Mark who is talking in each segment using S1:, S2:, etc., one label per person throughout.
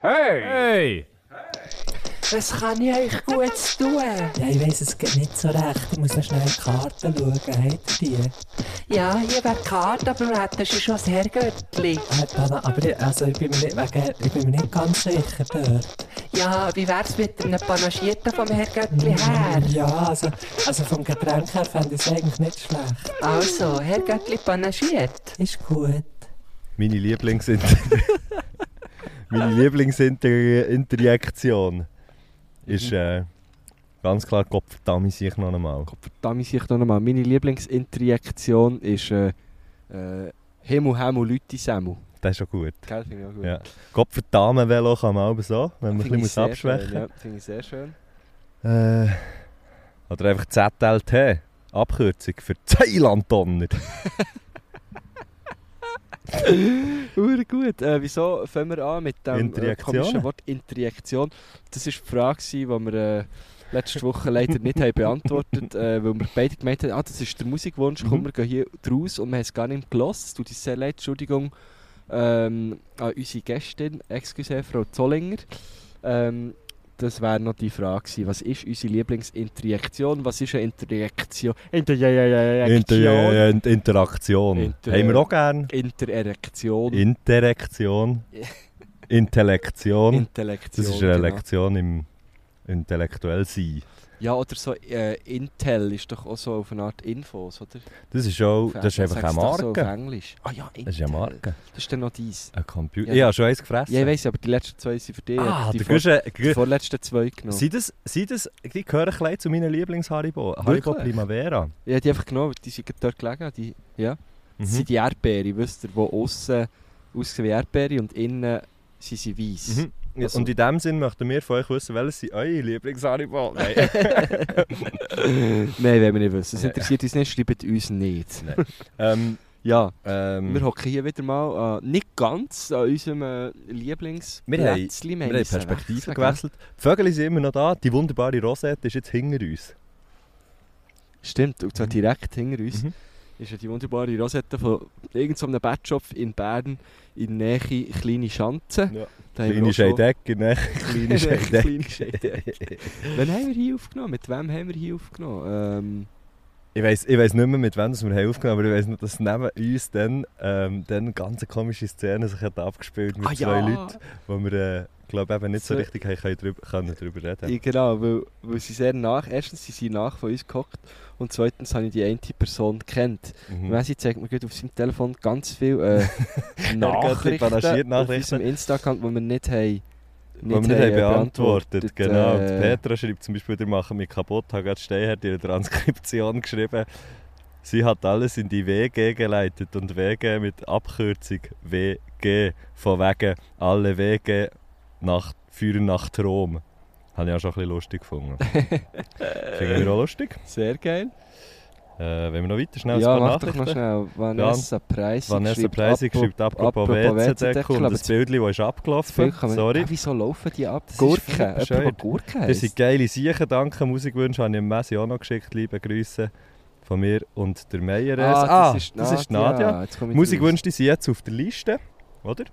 S1: Hey!
S2: Hey!
S3: Das kann ja euch gut zu tun.
S4: Ja, ich weiss es geht nicht so recht. Ich muss noch schnell in die Karten schauen. Habt ihr die?
S3: Ja, hier wäre die Karte, aber das ist schon das Herrgöttli.
S4: Äh, Dana, aber ich, also ich, bin mir nicht, wegen, ich bin mir nicht ganz sicher dort.
S3: Ja, wie wär's mit einem Panagierten vom Herrgöttli her?
S4: Ja, also, also vom Getränk her fände ich es eigentlich nicht schlecht.
S3: Also, Herrgöttli panagiert.
S4: Ist gut.
S5: Meine Lieblingsinter Meine Lieblingsinterjektion ist
S1: Mhm.
S5: äh, ganz klar Kopfdami sich noch einmal.
S1: Verdammt, ich sehe noch einmal. Meine Lieblingsinterjektion ist äh, äh, Himmel, Hemmel, Leute, Semmel.
S5: Das ist schon gut.
S1: Gell, finde ich auch gut.
S5: Ja. Kopfdame Velo kann man aber so, wenn man ein
S1: Finde
S5: bisschen
S1: ich
S5: muss
S1: sehr
S5: abschwächen
S1: Schön, ja, finde ich sehr schön.
S5: Äh, oder einfach ZLT. Abkürzung für Thailand-Donner.
S1: Ur gut. Äh, wieso fangen wir an mit dem äh,
S5: Interjektion?
S1: komischen Wort Interjektion? Das war die Frage, gewesen, die wir äh, letzte Woche leider nicht haben beantwortet äh, weil wir beide gemeint haben, ah, das ist der Musikwunsch, komm,
S5: Mhm.
S1: wir gehen hier draus und wir haben es gar nicht gehört. Es tut uns sehr leid, Entschuldigung ähm, an unsere Gästin, excuse, Frau Zollinger. Ähm, das wäre noch die Frage gewesen, was ist unsere Lieblingsinterjektion? Was ist eine Interjektion? Interjektion?
S5: Inter Inter- Interaktion.
S1: Inter-
S5: Haben wir auch gern.
S1: Interektion.
S5: Interaktion. Intellektion.
S1: Intellektion.
S5: Das ist eine
S1: genau.
S5: Lektion im intellektuell sein.
S1: Ja, oder so äh, Intel ist doch auch so auf eine Art Infos, oder?
S5: Das ist auch, Oh, das ist
S1: Sag's
S5: einfach eine
S1: doch So auf
S5: Marke.
S1: Englisch. Ah ja, Intel.
S5: Das ist eine Marke.
S1: Das ist dann noch dies.
S5: Ein Computer.
S1: Ja.
S5: Ich habe schon eins gefressen.
S1: Ja, ich weiss, aber die letzten zwei sind für dich.
S5: Ah,
S1: die,
S5: der
S1: vor,
S5: Guschen-
S1: die
S5: Gu-
S1: vorletzten zwei genommen.
S5: Sind das, sind das, die gehören ein bisschen zu meinen Lieblings-Haribo. Haribo
S1: Wirklich?
S5: Primavera.
S1: Ich habe die einfach genommen, weil die sind gerade dort gelegen. Die, ja. Das
S5: Mhm.
S1: sind die Erdbeere, wisst ihr, die aussen aussehen wie Erdbeere und innen sind sie weiss.
S5: Mhm. Ja,
S1: Also-
S5: Und in dem Sinn möchten wir von euch wissen, welches sind eure Lieblings-Haribo. Nein.
S1: Nein, wollen wir nicht wissen. Das
S5: Äh.
S1: interessiert uns nicht, schreibt uns nicht.
S5: ähm,
S1: Ja,
S5: ähm,
S1: wir hocken hier wieder mal, äh, nicht ganz an unserem äh, Lieblings-
S5: Wir haben-
S1: Plätzli.
S5: wir haben die
S1: müssen
S5: Perspektive
S1: wechseln,
S5: gewechselt. Die Vögel sind immer noch da. Die wunderbare Rosette ist jetzt hinter uns.
S1: Stimmt, und zwar
S5: Mhm.
S1: direkt hinter uns
S5: Mhm.
S1: ist ja die wunderbare Rosette von irgendeinem Bettschopf in Bern in der Nähe Kleine Schanze.
S5: Ja.
S1: Da haben wir
S5: Kleine
S1: auch schon-
S5: Scheidecke, ne? Kleine Scheidecke.
S1: Kleine Scheidecke. Wen haben wir hier aufgenommen? Mit wem haben wir hier aufgenommen? Ähm,
S5: Ich weiss, ich weiss nicht mehr, mit wem das wir haben aufgenommen haben, aber ich weiss noch, dass neben uns dann, ähm, dann ganz eine komische Szene sich hat abgespielt mit
S1: Ah,
S5: zwei
S1: ja.
S5: Leuten, wo wir, äh, glaube eben nicht so
S1: So-
S5: richtig haben können, drüber, können drüber
S1: Ähm,
S5: reden
S1: ja, genau, weil, weil sie sehr nach. Erstens sind sie nach von uns gehockt und zweitens habe ich die eine Person gekannt.
S5: Mhm.
S1: Mhm. Messi zeigt mir gerade auf seinem Telefon ganz viele äh,
S5: Nachrichten,
S1: Nachrichten auf
S5: Nachrichten.
S1: unserem Insta-Account, die wir nicht haben.
S5: Die wir nicht
S1: äh,
S5: haben beantwortet Genau. Und
S1: äh,
S5: Petra schreibt zum Beispiel, ihr macht mich kaputt. Ich habe gerade Steinhardt ihre Transkription geschrieben. Sie hat alles in die WG geleitet und WG mit Abkürzung WG. Von wegen alle Wege nach, führen nach Rom. Habe ich auch schon ein bisschen lustig gefunden. Finden wir auch lustig.
S1: Sehr geil.
S5: Äh, wenn wir noch weiter schnell ein
S1: Ja,
S5: paar
S1: mach doch
S5: Nachrichten.
S1: noch schnell. Vanessa Preisig
S5: Vanessa
S1: schreibt
S5: Preisig
S1: apro-
S5: schreibt apropos
S1: apropos
S5: WC-Deckel und
S1: aber
S5: das Bild, das ist
S1: das Bild
S5: abgelaufen.
S1: kann man-
S5: Sorry.
S1: Ah, wieso laufen die ab?
S5: ist
S1: Gurken.
S5: völlig
S1: Jemand, der
S5: bescheuert.
S1: Gurken
S5: Das sind
S1: heisst?
S5: geile Siechen, danke. Musikwünsche habe ich dem Messi auch noch geschickt. Liebe Grüße von mir und der Meier.
S1: Ah, das ist Nadja.
S5: Nadja.
S1: Jetzt komme ich raus.
S5: Musikwünsche die sind jetzt auf der Liste, oder?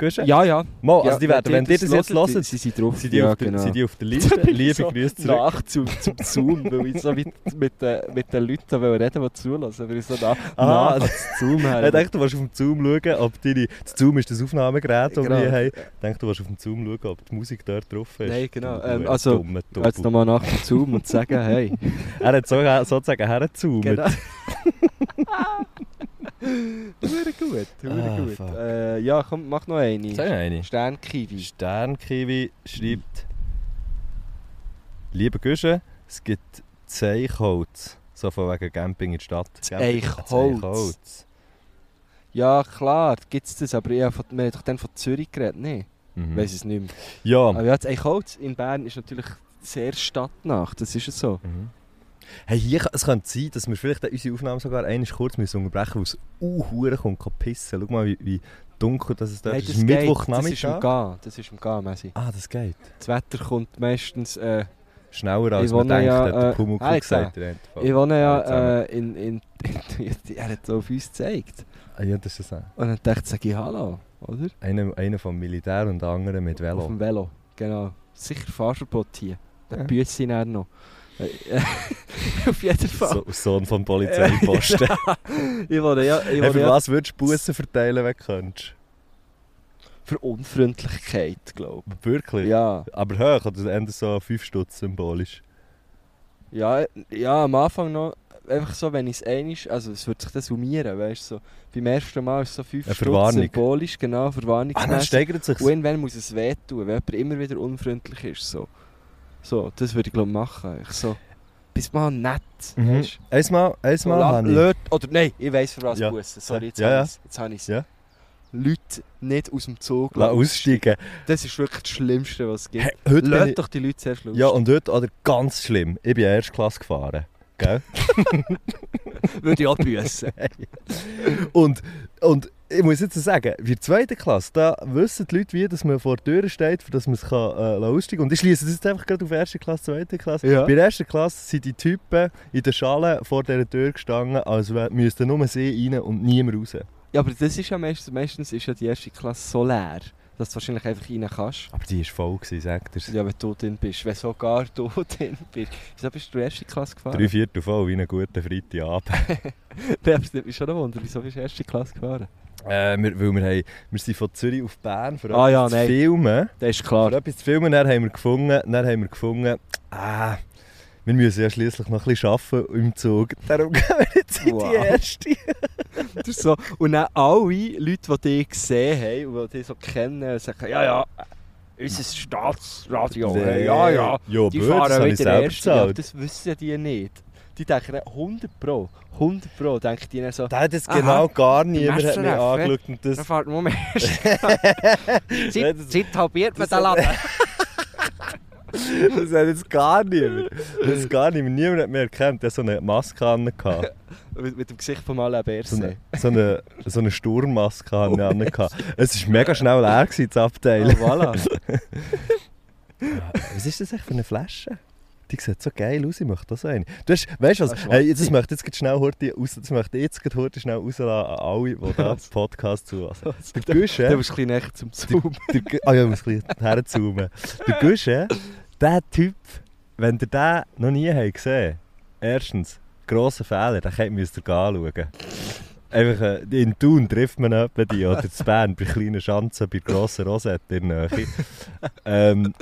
S5: Guschen?
S1: Ja, ja.
S5: Mo, also
S1: ja,
S5: Oh, die werden, wenn ihr das jetzt
S1: hört,
S5: hört,
S1: Sie sind drauf.
S5: sind die,
S1: ja,
S5: auf der,
S1: genau.
S5: sind die auf der Liste. Äh, Liebe Grüße zurück.
S1: Nach zum, zum Zoom, weil ich so mit, mit, den- mit den Leuten will reden die zulassen weil ich so nach,
S5: Ah,
S1: nach
S5: das-
S1: ans Zoom
S5: Ich
S1: her.
S5: dachte, du willst auf dem Zoom schauen, ob deine... Das Zoom ist das Aufnahmegerät, das wir
S1: Genau.
S5: hier haben. Ich dachte, du willst auf dem Zoom schauen, ob die Musik dort drauf ist.
S1: Nein, genau.
S5: Du
S1: Ähm,
S5: äh,
S1: also,
S5: dumme Doppel.
S1: Jetzt nochmal nach dem Zoom und sagen, hey.
S5: Er hat so, sozusagen hergezoomt.
S1: Genau. Hure gut, hure
S5: Ah,
S1: gut.
S5: fuck.
S1: Äh, ja, komm, mach noch
S5: Sag
S1: eine.
S5: noch eine.
S1: Sternkiwi.
S5: Sternkiwi schreibt: Liebe Güsche, es gibt Zeichholz. So von wegen Camping in der Stadt. Camping-
S1: Zeichholz. Ja, klar, gibt's das, aber ich hab von, wir haben doch dann von Zürich geredet, ne?
S5: Mhm.
S1: Weiß Also- es nicht mehr.
S5: Ja.
S1: Aber ja, das Eichholz in Bern ist natürlich sehr stadtnach, das ist es so.
S5: Mhm. Hey, hier, kann- es könnte sein, dass wir vielleicht unsere Aufnahme sogar einmal kurz müssen unterbrechen müssen, weil es uhuere kommt kann pissen. Schau mal, wie, wie dunkel das ist. dort
S1: Nein,
S5: ist. Es
S1: das
S5: ist
S1: geht, Das ist im
S5: Mittwochnachmittag.
S1: Gehen, das ist im Gehen, Messi.
S5: Ah, das geht.
S1: Das Wetter kommt meistens... Äh,
S5: Schneller
S1: Ich
S5: als man
S1: wohne
S5: denkt,
S1: ja,
S5: hat der
S1: äh,
S5: Pumuckl
S1: Alter.
S5: gesagt. in dem Fall.
S1: ich wohne ja
S5: Alle
S1: äh, in... in, in er hat es auf uns gezeigt.
S5: Ah, ja, das ist es auch.
S1: Und dann dachte ich, sag ich Hallo. oder?
S5: Einer, einer vom Militär und der andere mit
S1: Auf
S5: Velo.
S1: dem Velo, genau. Sicher Fahrverbot hier. Dann
S5: Ja.
S1: ja. büssen sie dann noch. Äh, Auf jeden Fall.
S5: So, Sohn vom Polizeiposten.
S1: Ich wohne ja, ich
S5: hey,
S1: wohne
S5: für
S1: ja
S5: was würdest du Bussen verteilen, wenn du könntest?
S1: für Unfreundlichkeit, glaube ich.
S5: Wirklich?
S1: Ja.
S5: Aber hoch oder eher so 5 Stutz symbolisch?
S1: Ja, ja, am Anfang noch, einfach so, wenn ich es einig, also es wird sich das summieren, weißt du, so, beim ersten Mal ist es so fünf
S5: Eine
S1: Stutz
S5: Verwarnung.
S1: symbolisch, genau,
S5: Ah, dann
S1: verwarnungsmässig.
S5: steigert sich
S1: Und irgendwann muss es wehtun, wenn jemand immer wieder unfreundlich ist, so. So, das würde ich glaube machen, ich so, bist mal nett,
S5: Mhm.
S1: weisst
S5: Einmal,
S1: du. So,
S5: einmal
S1: la-
S5: habe ich-
S1: Leute- oder nein, ich weiss für was
S5: Ja.
S1: ja. Bussen, sorry, jetzt
S5: Ja, ja.
S1: habe ich's, jetzt habe ich's.
S5: Ja.
S1: Leute nicht aus dem Zug
S5: Lass
S1: lassen.
S5: aussteigen.
S1: das ist wirklich das Schlimmste, was es gibt.
S5: Hey, heute bin
S1: Lass
S5: ich,
S1: doch die Leute zuerst los.
S5: ja, und heute, oder ganz schlimm, ich bin Erstklasse gefahren. Gell?
S1: Würde ich auch büssen.
S5: Und, und ich muss jetzt sagen, wir zweite Klasse, da wissen die Leute wie, dass man vor der Tür steht, für dass man es kann, äh, lassen aussteigen Und ich schließe das jetzt einfach gerade auf erste Klasse, zweite Klasse.
S1: Ja.
S5: Bei der ersten Klasse sind die Typen in der Schale vor dieser Tür gestanden, als wär- müssten nur sie rein und niemand raus.
S1: Ja, aber das ist ja meistens, meistens ist ja die erste Klasse so leer, dass du wahrscheinlich einfach rein kannst. Also,
S5: Aber die war voll, gewesen, sagt er.
S1: Ja, wenn du drin bist, wenn sogar du drin bist. Wieso bist du in die erste Klasse gefahren?
S5: Drei Viertel voll, wie einen guten Freitagabend.
S1: Nein, aber es nimmt mich schon ein Wunder, wieso bist du in die erste Klasse gefahren?
S5: Äh, wir, weil wir, haben, wir sind von Zürich auf Bern, für
S1: Ah,
S5: etwas
S1: ja,
S5: zu
S1: nein.
S5: filmen.
S1: Das ist
S5: Für
S1: klar.
S5: etwas zu filmen, dann haben wir gefunden, dann haben wir gefunden, ah, wir müssen ja schließlich noch ein bisschen arbeiten im Zug. Darum gehen wir jetzt in
S1: Wow.
S5: die erste.
S1: Das ist so. Und dann alle Leute, die dich gesehen haben und die dich so kennen, sagen, ja, ja, unser Staatsradio, hey, ja, ja.
S5: Ja,
S1: Die
S5: blöd, das
S1: fahren
S5: habe ich
S1: wieder
S5: selber
S1: erst. Ja,
S5: bezahlt.
S1: das wissen die nicht. Die denken dann 100 Pro. 100 Pro denken die dann so,
S5: Der hat das
S1: Aha.
S5: genau gar niemand hat mich
S1: Messeröffner.
S5: angeschaut und das...
S1: dann fährt man mehr.
S5: Ja, das-
S1: Zeit halbiert man
S5: das-
S1: den Laden.
S5: Das hat jetzt gar niemand. Das gar niemand. Niemand hat mich erkannt. Der hat so eine Maske an. gehabt.
S1: Mit, mit dem Gesicht von Alain
S5: So eine,
S1: Berset.
S5: so eine, so eine Sturmmaske an. es war mega schnell leer, gewesen, das Abteil.
S1: voilà.
S5: Was ist das eigentlich für eine Flasche? Die sieht so geil aus, ich möchte das eine. Du hast, weißt du was?
S1: Ah, schwarz.
S5: Hey, das möchte ich jetzt grad schnell Horti raus, das möchte ich jetzt grad Horti schnell rauslassen an alle, die da den Podcast zulassen. Der
S1: Du
S5: Guschen,
S1: musst ein bisschen näher zum Zoom.
S5: der, Gü- ah ja, ich muss ein bisschen herzoomen. Der Guschen, der Typ, wenn ihr den noch nie habt gesehen erstens, grosser Fehler, den könnt- müsst ihr anschauen. Einfach, äh, in Thun trifft man etwa die, oder in Bern, bei kleinen Schanzen, bei grossen Rosette in der Nähe. ähm,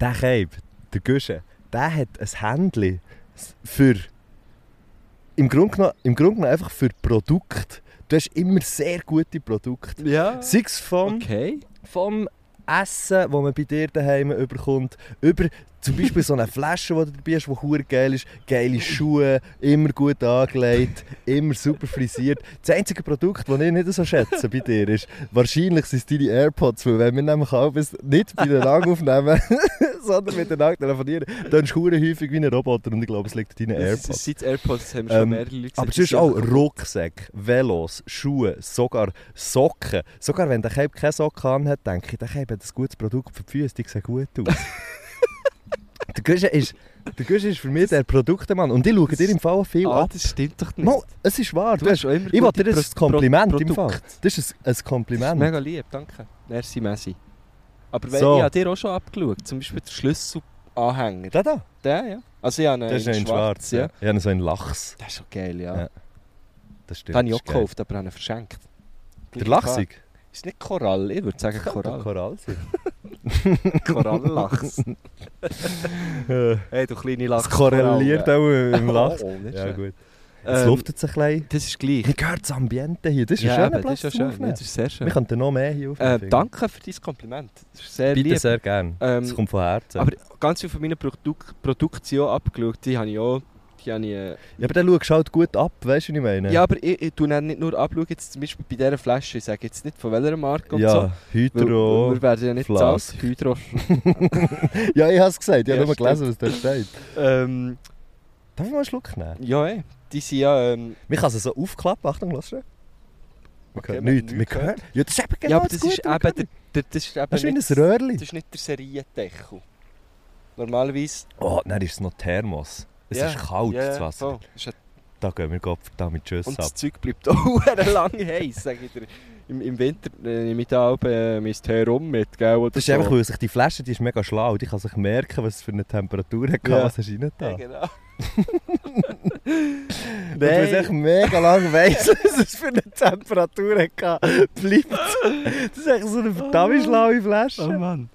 S5: der Keib, der Guschen, der hat ein Händchen für... Im Grunde genommen, im Grunde genommen einfach für Produkte. Du hast immer sehr gute Produkte.
S1: Ja.
S5: Sei es vom
S1: Okay.
S5: vom Essen, das man bei dir daheim überkommt, über zum Beispiel so eine Flasche, die du dabei hast, die hure geil ist, geile Schuhe, immer gut angelegt, immer super frisiert. Das einzige Produkt, das ich nicht so schätze bei dir ist, wahrscheinlich sind es deine Airpods, weil wenn wir nämlich alles nicht miteinander aufnehmen, sondern miteinander telefonieren, dann ist hure häufig wie ein Roboter und ich glaube, es liegt an deinen
S1: Das-
S5: Airpods.
S1: das- Seit Airpods haben wir schon
S5: Ähm,
S1: mehrere Leute
S5: Aber
S1: gesagt,
S5: sonst auch
S1: ja,
S5: Rucksäcke, Velos, Schuhe, sogar Socken. Sogar wenn der Kelb keine Socken anhat, denke ich, der Kelb hat ein gutes Produkt für die Füße, die sehen gut aus. der Guschen ist, der Guschen ist für mich der Produktemann und ich schaue dir im Fall viel
S1: Ah,
S5: ab.
S1: das stimmt doch nicht.
S5: Mal, es ist wahr, du hast,
S1: schon immer
S5: ich
S1: gute
S5: wollte dir das
S1: Pro-
S5: Kompliment
S1: Pro-
S5: im Fall.
S1: Produkte.
S5: Das ist ein, ein
S1: Das ist
S5: Kompliment.
S1: mega lieb, danke. Merci, Messi. Aber wenn,
S5: So.
S1: ich habe dir auch schon abgeschaut, zum Beispiel den Schlüsselanhänger.
S5: Da, da.
S1: Der, ja. Also ich habe einen
S5: Das ist
S1: eh, in
S5: ein schwarz. Ja. Ich habe so einen Lachs.
S1: Der ist schon geil, ja.
S5: Ja, Das
S1: den
S5: stimmt.
S1: habe ich auch
S5: ist geil.
S1: gekauft, aber habe ihn verschenkt.
S5: Der Lachsig?
S1: Ist nicht Korall, ich würde sagen
S5: Der
S1: Korall.
S5: Korall.
S1: Korallenlachs. hey, du kleine Lachs.
S5: Das korreliert auch im Lachs.
S1: Oh, nicht
S5: Ja
S1: schlecht.
S5: gut. Es
S1: Ähm,
S5: luftet sich ein bisschen.
S1: das ist gleich.
S5: Ich höre das Ambiente hier. Das ist
S1: Ja,
S5: ein schöner
S1: eben, das
S5: Platz
S1: ist ja
S5: zum
S1: schön. Ja,
S5: Aufnehmen.
S1: Das ist sehr
S5: Wir
S1: schön.
S5: könnten noch mehr hier aufnehmen.
S1: Äh, danke für dein Kompliment. Das ist sehr
S5: Bitte
S1: lieb.
S5: sehr gerne. das
S1: Ähm,
S5: kommt von Herzen.
S1: aber ganz viele von meinen Produk Produkten auch abgeschaut. Die habe ich auch. Die habe ich, äh,
S5: ja, aber dann schaust du halt gut ab, weißt du, was ich meine?
S1: Ja, aber ich, ich tue dann nicht nur abschauen, jetzt zum Beispiel bei dieser Flasche, ich sage jetzt nicht von welcher Marke und so.
S5: ja
S1: Weil,
S5: Hydro.
S1: wir werden ja nicht
S5: Flask.
S1: bezahlt. Hydro.
S5: ja, ich habe es gesagt. Ich habe
S1: Ja,
S5: nur
S1: stimmt.
S5: gelesen, was da steht.
S1: ähm,
S5: Darf ich mal einen Schluck nehmen?
S1: ja, ey, die sind ja. Ähm,
S5: Man kann es so aufklappen. Achtung, lass schon. Man
S1: Okay,
S5: hört
S1: man
S5: nichts.
S1: hat
S5: Man
S1: nichts
S5: hört... Ja, das ist eben genau
S1: ja, aber das,
S5: Gute,
S1: ist
S5: man
S1: eben
S5: hört
S1: der,
S5: nichts.
S1: der, das ist eben
S5: Das ist wie
S1: nicht-
S5: ein Röhrchen.
S1: Das ist nicht der Seriendeckel. Normalerweise.
S5: Oh, dann ist es noch Thermos. Es ist kalt, das Wasser.
S1: voll. Ist ja-
S5: Da gehen wir Gott verdammt Tschüss
S1: Und
S5: ab.
S1: das Zeug bleibt auch lange heiß, sage ich dir. im, im Winter nehme ich da oben äh, mein Tee rum mit, gell? Oder
S5: Das ist
S1: so.
S5: einfach, weil sich die Flasche die ist mega schlau und ich kann sich merken, was es für eine Temperatur hat,
S1: Ja.
S5: was hast du rein da.
S1: Ja, genau.
S5: Und wenn es echt mega lang weiss, was es für eine Temperatur hat, bleibt es. Das ist echt so eine verdammt schlaue
S1: Oh
S5: Flasche.
S1: Mann.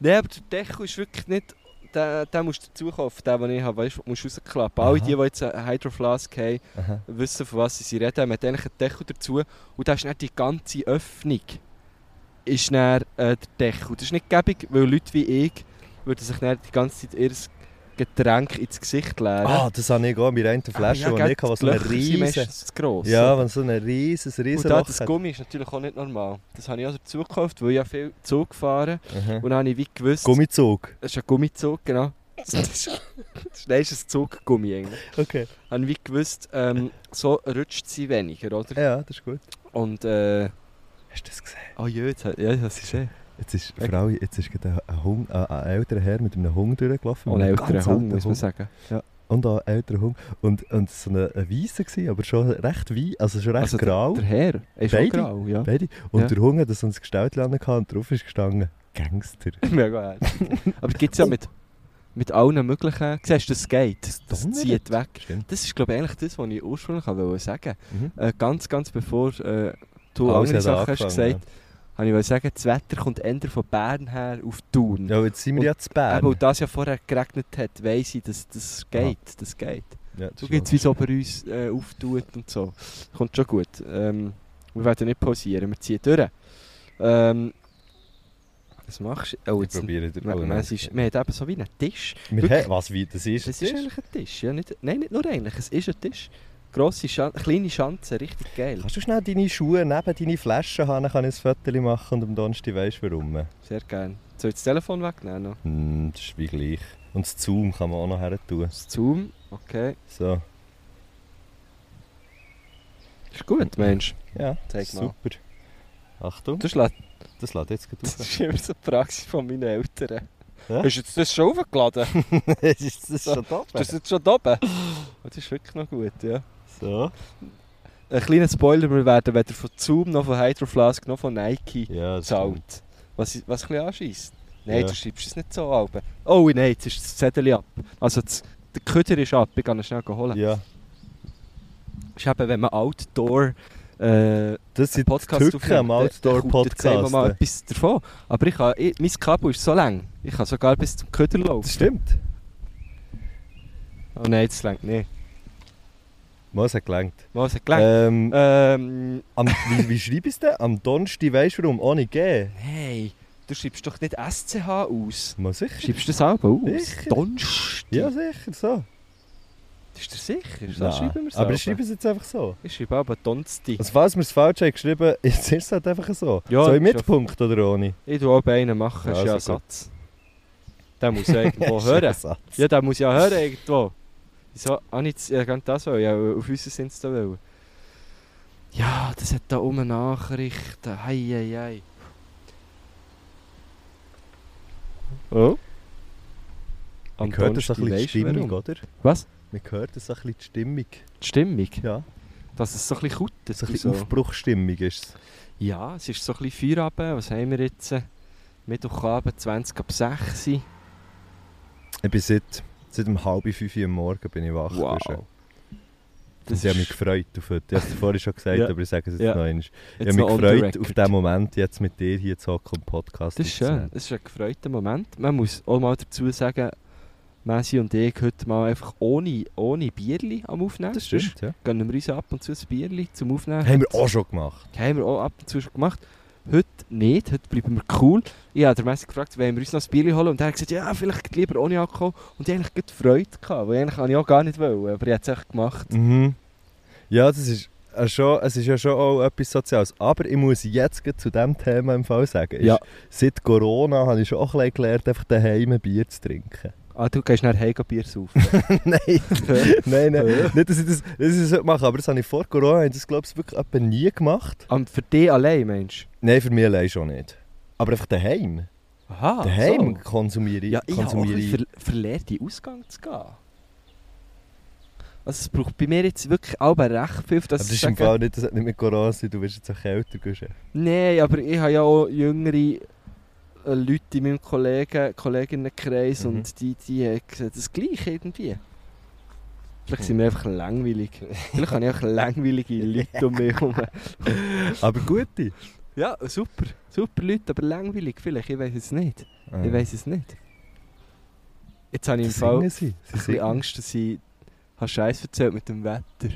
S1: Nein, aber der Deckel ist wirklich nicht. Den, den musst du dazu kaufen, den, den ich habe. Weißt du, musst du rausklappen. Alle
S5: Aha.
S1: die, die jetzt eine Hydroflask haben,
S5: Aha.
S1: wissen, von was sie reden. Mit eigentlich einen Deckel dazu. Und da ist dann die ganze Öffnung. Ist dann, äh, der Deckel. Das ist nicht gäbig, weil Leute wie ich würden sich dann die ganze Zeit ihr Getränk ins Gesicht leeren.
S5: Ah, das habe ich auch mit einer Flasche,
S1: Aber
S5: die
S1: Ah, gell,
S5: ich
S1: die
S5: hatte, die so eine
S1: Löcher sind
S5: riesen...
S1: meistens zu gross.
S5: Ja, wenn so ein riesen,
S1: Und
S5: riesen
S1: da,
S5: Loch
S1: das
S5: hat.
S1: Gummi ist natürlich auch nicht normal. Das habe ich auch dazu gekauft, weil ich ja viel Zug gefahren
S5: Aha.
S1: und dann habe ich wie gewusst,
S5: Gummizug.
S1: das ist ein Gummizug, genau. Das ist, nein, das ist ein Zuggummi eigentlich.
S5: Okay.
S1: Habe ich wie gewusst, ähm, so rutscht sie weniger, oder?
S5: Ja, das ist gut.
S1: Und äh,
S5: Hast du das gesehen?
S1: oh je, jetzt, hat- ja, das ist eh.
S5: Jetzt ist, Frau, jetzt ist gerade ein, ein, Hund, ein, ein älterer Herr mit einem Hund durchgelaufen.
S1: Und
S5: mit
S1: Oh, ein älterer
S5: einem ganz
S1: Hund,
S5: alten
S1: muss man sagen.
S5: Und auch ein älterer Hund. Und, und so ein Weißer war, aber schon recht wei, also schon recht
S1: Also
S5: grau.
S1: Der Herr, er ist auch
S5: Beide?
S1: grau, ja.
S5: Beide. Und
S1: Ja.
S5: der Hunger, das uns gestellt lernen kann, und drauf ist gestanden, Gangster.
S1: Mega herzig. Aber gibt es ja mit, mit allen möglichen... Siehst du, das geht, das, das
S5: donnert.
S1: zieht weg.
S5: Stimmt.
S1: Das ist, glaube ich, eigentlich das, was ich ursprünglich wollte sagen.
S5: Mhm.
S1: Äh, ganz, ganz bevor äh, du
S5: Alles
S1: andere
S5: hat
S1: Sachen hast
S5: angefangen,
S1: gesagt, habe ich wollte sagen, das Wetter kommt eher von Bern her auf Thun.
S5: Ja, Ja, jetzt sind wir
S1: Und-
S5: ja zu
S1: Eben,
S5: Bern.
S1: und das ja vorher geregnet hat, weiss ich, dass das geht, das geht.
S5: Ja, das
S1: So
S5: ist
S1: gibt es, wie es ober uns äh, auftut und so. Kommt schon gut. Ähm, wir werden nicht pausieren, wir ziehen durch. Ähm, was machst du? Oh,
S5: wahr. Ich
S1: jetzt...
S5: probiere den
S1: Wir, wir, es ist, wir haben eben so wie einen Tisch.
S5: Wir haben, was wie, das ist
S1: Das
S5: ein
S1: ist,
S5: Tisch.
S1: eigentlich ein Tisch. Ja, nicht, nein, nicht nur eigentlich, es ist ein Tisch. Grosse Schan kleine Schanze, richtig geil.
S5: Kannst du schnell deine Schuhe neben deine Flaschen haben, dann kann ich ein Foto machen und am Donnerstag weisst du warum.
S1: Sehr geil. Soll ich das Telefon wegnehmen noch?
S5: Hm, das ist wie gleich. Und das Zoom kann man auch noch her tun.
S1: Das Zoom, okay.
S5: So,
S1: Ist gut, Mensch.
S5: ja,
S1: Zeig mal.
S5: super. Achtung,
S1: Das, lässt,
S5: das lädt jetzt gut
S1: das
S5: raus.
S1: ist immer so die Praxis von meinen Eltern.
S5: Ja?
S1: Hast du jetzt das schon aufgeladen? Ist
S5: das ist das schon top.
S1: das jetzt schon da oben? Oh, Das ist wirklich noch gut, ja.
S5: So.
S1: Ein kleiner Spoiler, wir werden weder von Zoom, noch von Hydroflask, noch von Nike
S5: Ja, das stimmt.
S1: zahlt. Was, was ein bisschen anscheisst. Nein,
S5: Ja.
S1: du schreibst es nicht so ab. Oh nein, jetzt ist das Zettel ab. Also das, der Köder ist ab, ich kann ihn schnell holen.
S5: Ja,
S1: Ist eben, wenn man Outdoor äh,
S5: das sind
S1: Podcast
S5: die Tücken am
S1: dann- dann erzählen wir
S5: Outdoor-Podcast.
S1: mal etwas davon. Aber ich kann, ich, mein Kabel ist so lang, ich kann sogar bis zum Köder
S5: Das
S1: laufen.
S5: stimmt.
S1: Oh nein, das längt nicht.
S5: Mal, es hat gelangt.
S1: Mal, es hat gelangt.
S5: Ähm,
S1: Ähm,
S5: am, wie, wie schreibe ich es denn? Am Donnerstag weisst du warum, ohne G.
S1: hey, du schreibst doch nicht SCH aus.
S5: Mal sicher.
S1: Schreibst du das auch aus?
S5: Sicher.
S1: Donst.
S5: Ja, sicher, so.
S1: Ist dir sicher? So
S5: Nein.
S1: schreiben wir es
S5: Aber
S1: auch.
S5: ich schreibe es jetzt einfach so.
S1: Ich schreibe aber Donsti.
S5: Also falls wir es falsch haben geschrieben, jetzt ist es halt einfach so.
S1: Ja,
S5: so
S1: das ist
S5: im
S1: ja-
S5: Mittelpunkt oder ohne?
S1: Ich tue auch einen machen,
S5: Ja,
S1: ist ja ein
S5: sehr gut.
S1: Satz. Den muss ja irgendwo hören.
S5: Das ist ein Satz.
S1: Ja, den muss ja hören irgendwo. Wieso? Ah, nicht, ja, genau das wollen. Ja, auf unser Insta wollen. Ja, das hat da oben Nachrichten. Hei, hei, hei. Oh?
S5: Man hört das ein bisschen die
S1: weisst du
S5: Stimmung,
S1: warum?
S5: oder?
S1: Was?
S5: Man hört das ein bisschen die Stimmung.
S1: Die Stimmung?
S5: Ja,
S1: Dass es so ein bisschen kutet.
S5: so ein
S1: und
S5: bisschen
S1: so.
S5: Aufbruchstimmung ist es.
S1: Ja, es ist so ein bisschen Feierabend. Was haben wir jetzt? Mittwochabend, 20 ab 6 Uhr.
S5: Ich bin seit, seit um halb fünf Uhr am Morgen bin ich wach.
S1: Wow.
S5: gewesen.
S1: Das
S5: ich habe mich gefreut auf heute. Ich habe es vorhin schon gesagt,
S1: Ja.
S5: aber ich sage es jetzt
S1: Ja.
S5: noch einmal. Ich
S1: jetzt
S5: habe mich
S1: noch on the
S5: gefreut auf
S1: record.
S5: diesen Moment, jetzt mit dir hier zu hocken und Podcast
S1: Das ist schön,
S5: aufzunehmen.
S1: das ist ein gefreuter Moment. Man muss auch mal dazu sagen, Messi und ich heute mal einfach ohne, ohne Bierli am Aufnehmen.
S5: Das
S1: Sonst
S5: stimmt, ja.
S1: gönnen wir uns ab und zu ein Bierli zum Aufnehmen.
S5: Haben wir auch schon gemacht.
S1: Haben wir auch ab und zu schon gemacht. Heute nicht, heute bleiben wir cool. Ich habe den Messi gefragt, wollen wir uns noch ein Bierli holen? Und er hat gesagt, ja, vielleicht lieber ohne Alkohol. Und ich hatte eigentlich gerade Freude, gehabt, weil eigentlich habe ich auch gar nicht wollen, aber ich habe es echt gemacht.
S5: Mhm. Ja, das ist, äh, schon, es ist ja schon auch etwas Soziales. Aber ich muss jetzt gleich zu diesem Thema im Fall sagen. ist,
S1: Ja.
S5: Seit Corona habe ich schon auch ein bisschen gelernt, einfach daheim ein Bier zu trinken.
S1: Ah, du gehst nachher heim Bier saufen.
S5: nein, nein, nein. Nicht, dass ich das, dass ich das heute mache, aber das habe ich vor Corona, habe ich das, glaube ich, wirklich etwa nie gemacht.
S1: Und für dich allein, Mensch.
S5: Nein, für mich allein schon nicht. Aber einfach daheim.
S1: Aha,
S5: daheim konsumiere ich.
S1: Ja, ich habe auch ein
S5: konsumiere
S1: bisschen ver verlehrt, in den Ausgang zu gehen. Also es braucht bei mir jetzt wirklich auch recht viel, dass
S5: Das, das
S1: ich
S5: ist im
S1: sage,
S5: Fall nicht, das hat nicht mit Corona zu tun, du wirst jetzt auch kälter, Guschen.
S1: Nein, aber ich habe ja auch jüngere äh, Leute in meinem Kollegen, Kolleginnenkreis
S5: Mhm.
S1: und die, die haben gesagt, das Gleiche irgendwie. Vielleicht
S5: Hm.
S1: sind wir einfach langweilig. Vielleicht habe ich auch langweilige Leute um mich herum.
S5: Aber gute.
S1: Ja, super. Super Leute, aber langweilig vielleicht. Ich weiß es nicht.
S5: Ah.
S1: Ich weiß es nicht. Jetzt habe ich im
S5: Das
S1: Fall
S5: singen
S1: ein
S5: sie. Sie
S1: bisschen
S5: singen.
S1: Angst, dass ich Scheiß erzählt mit dem Wetter.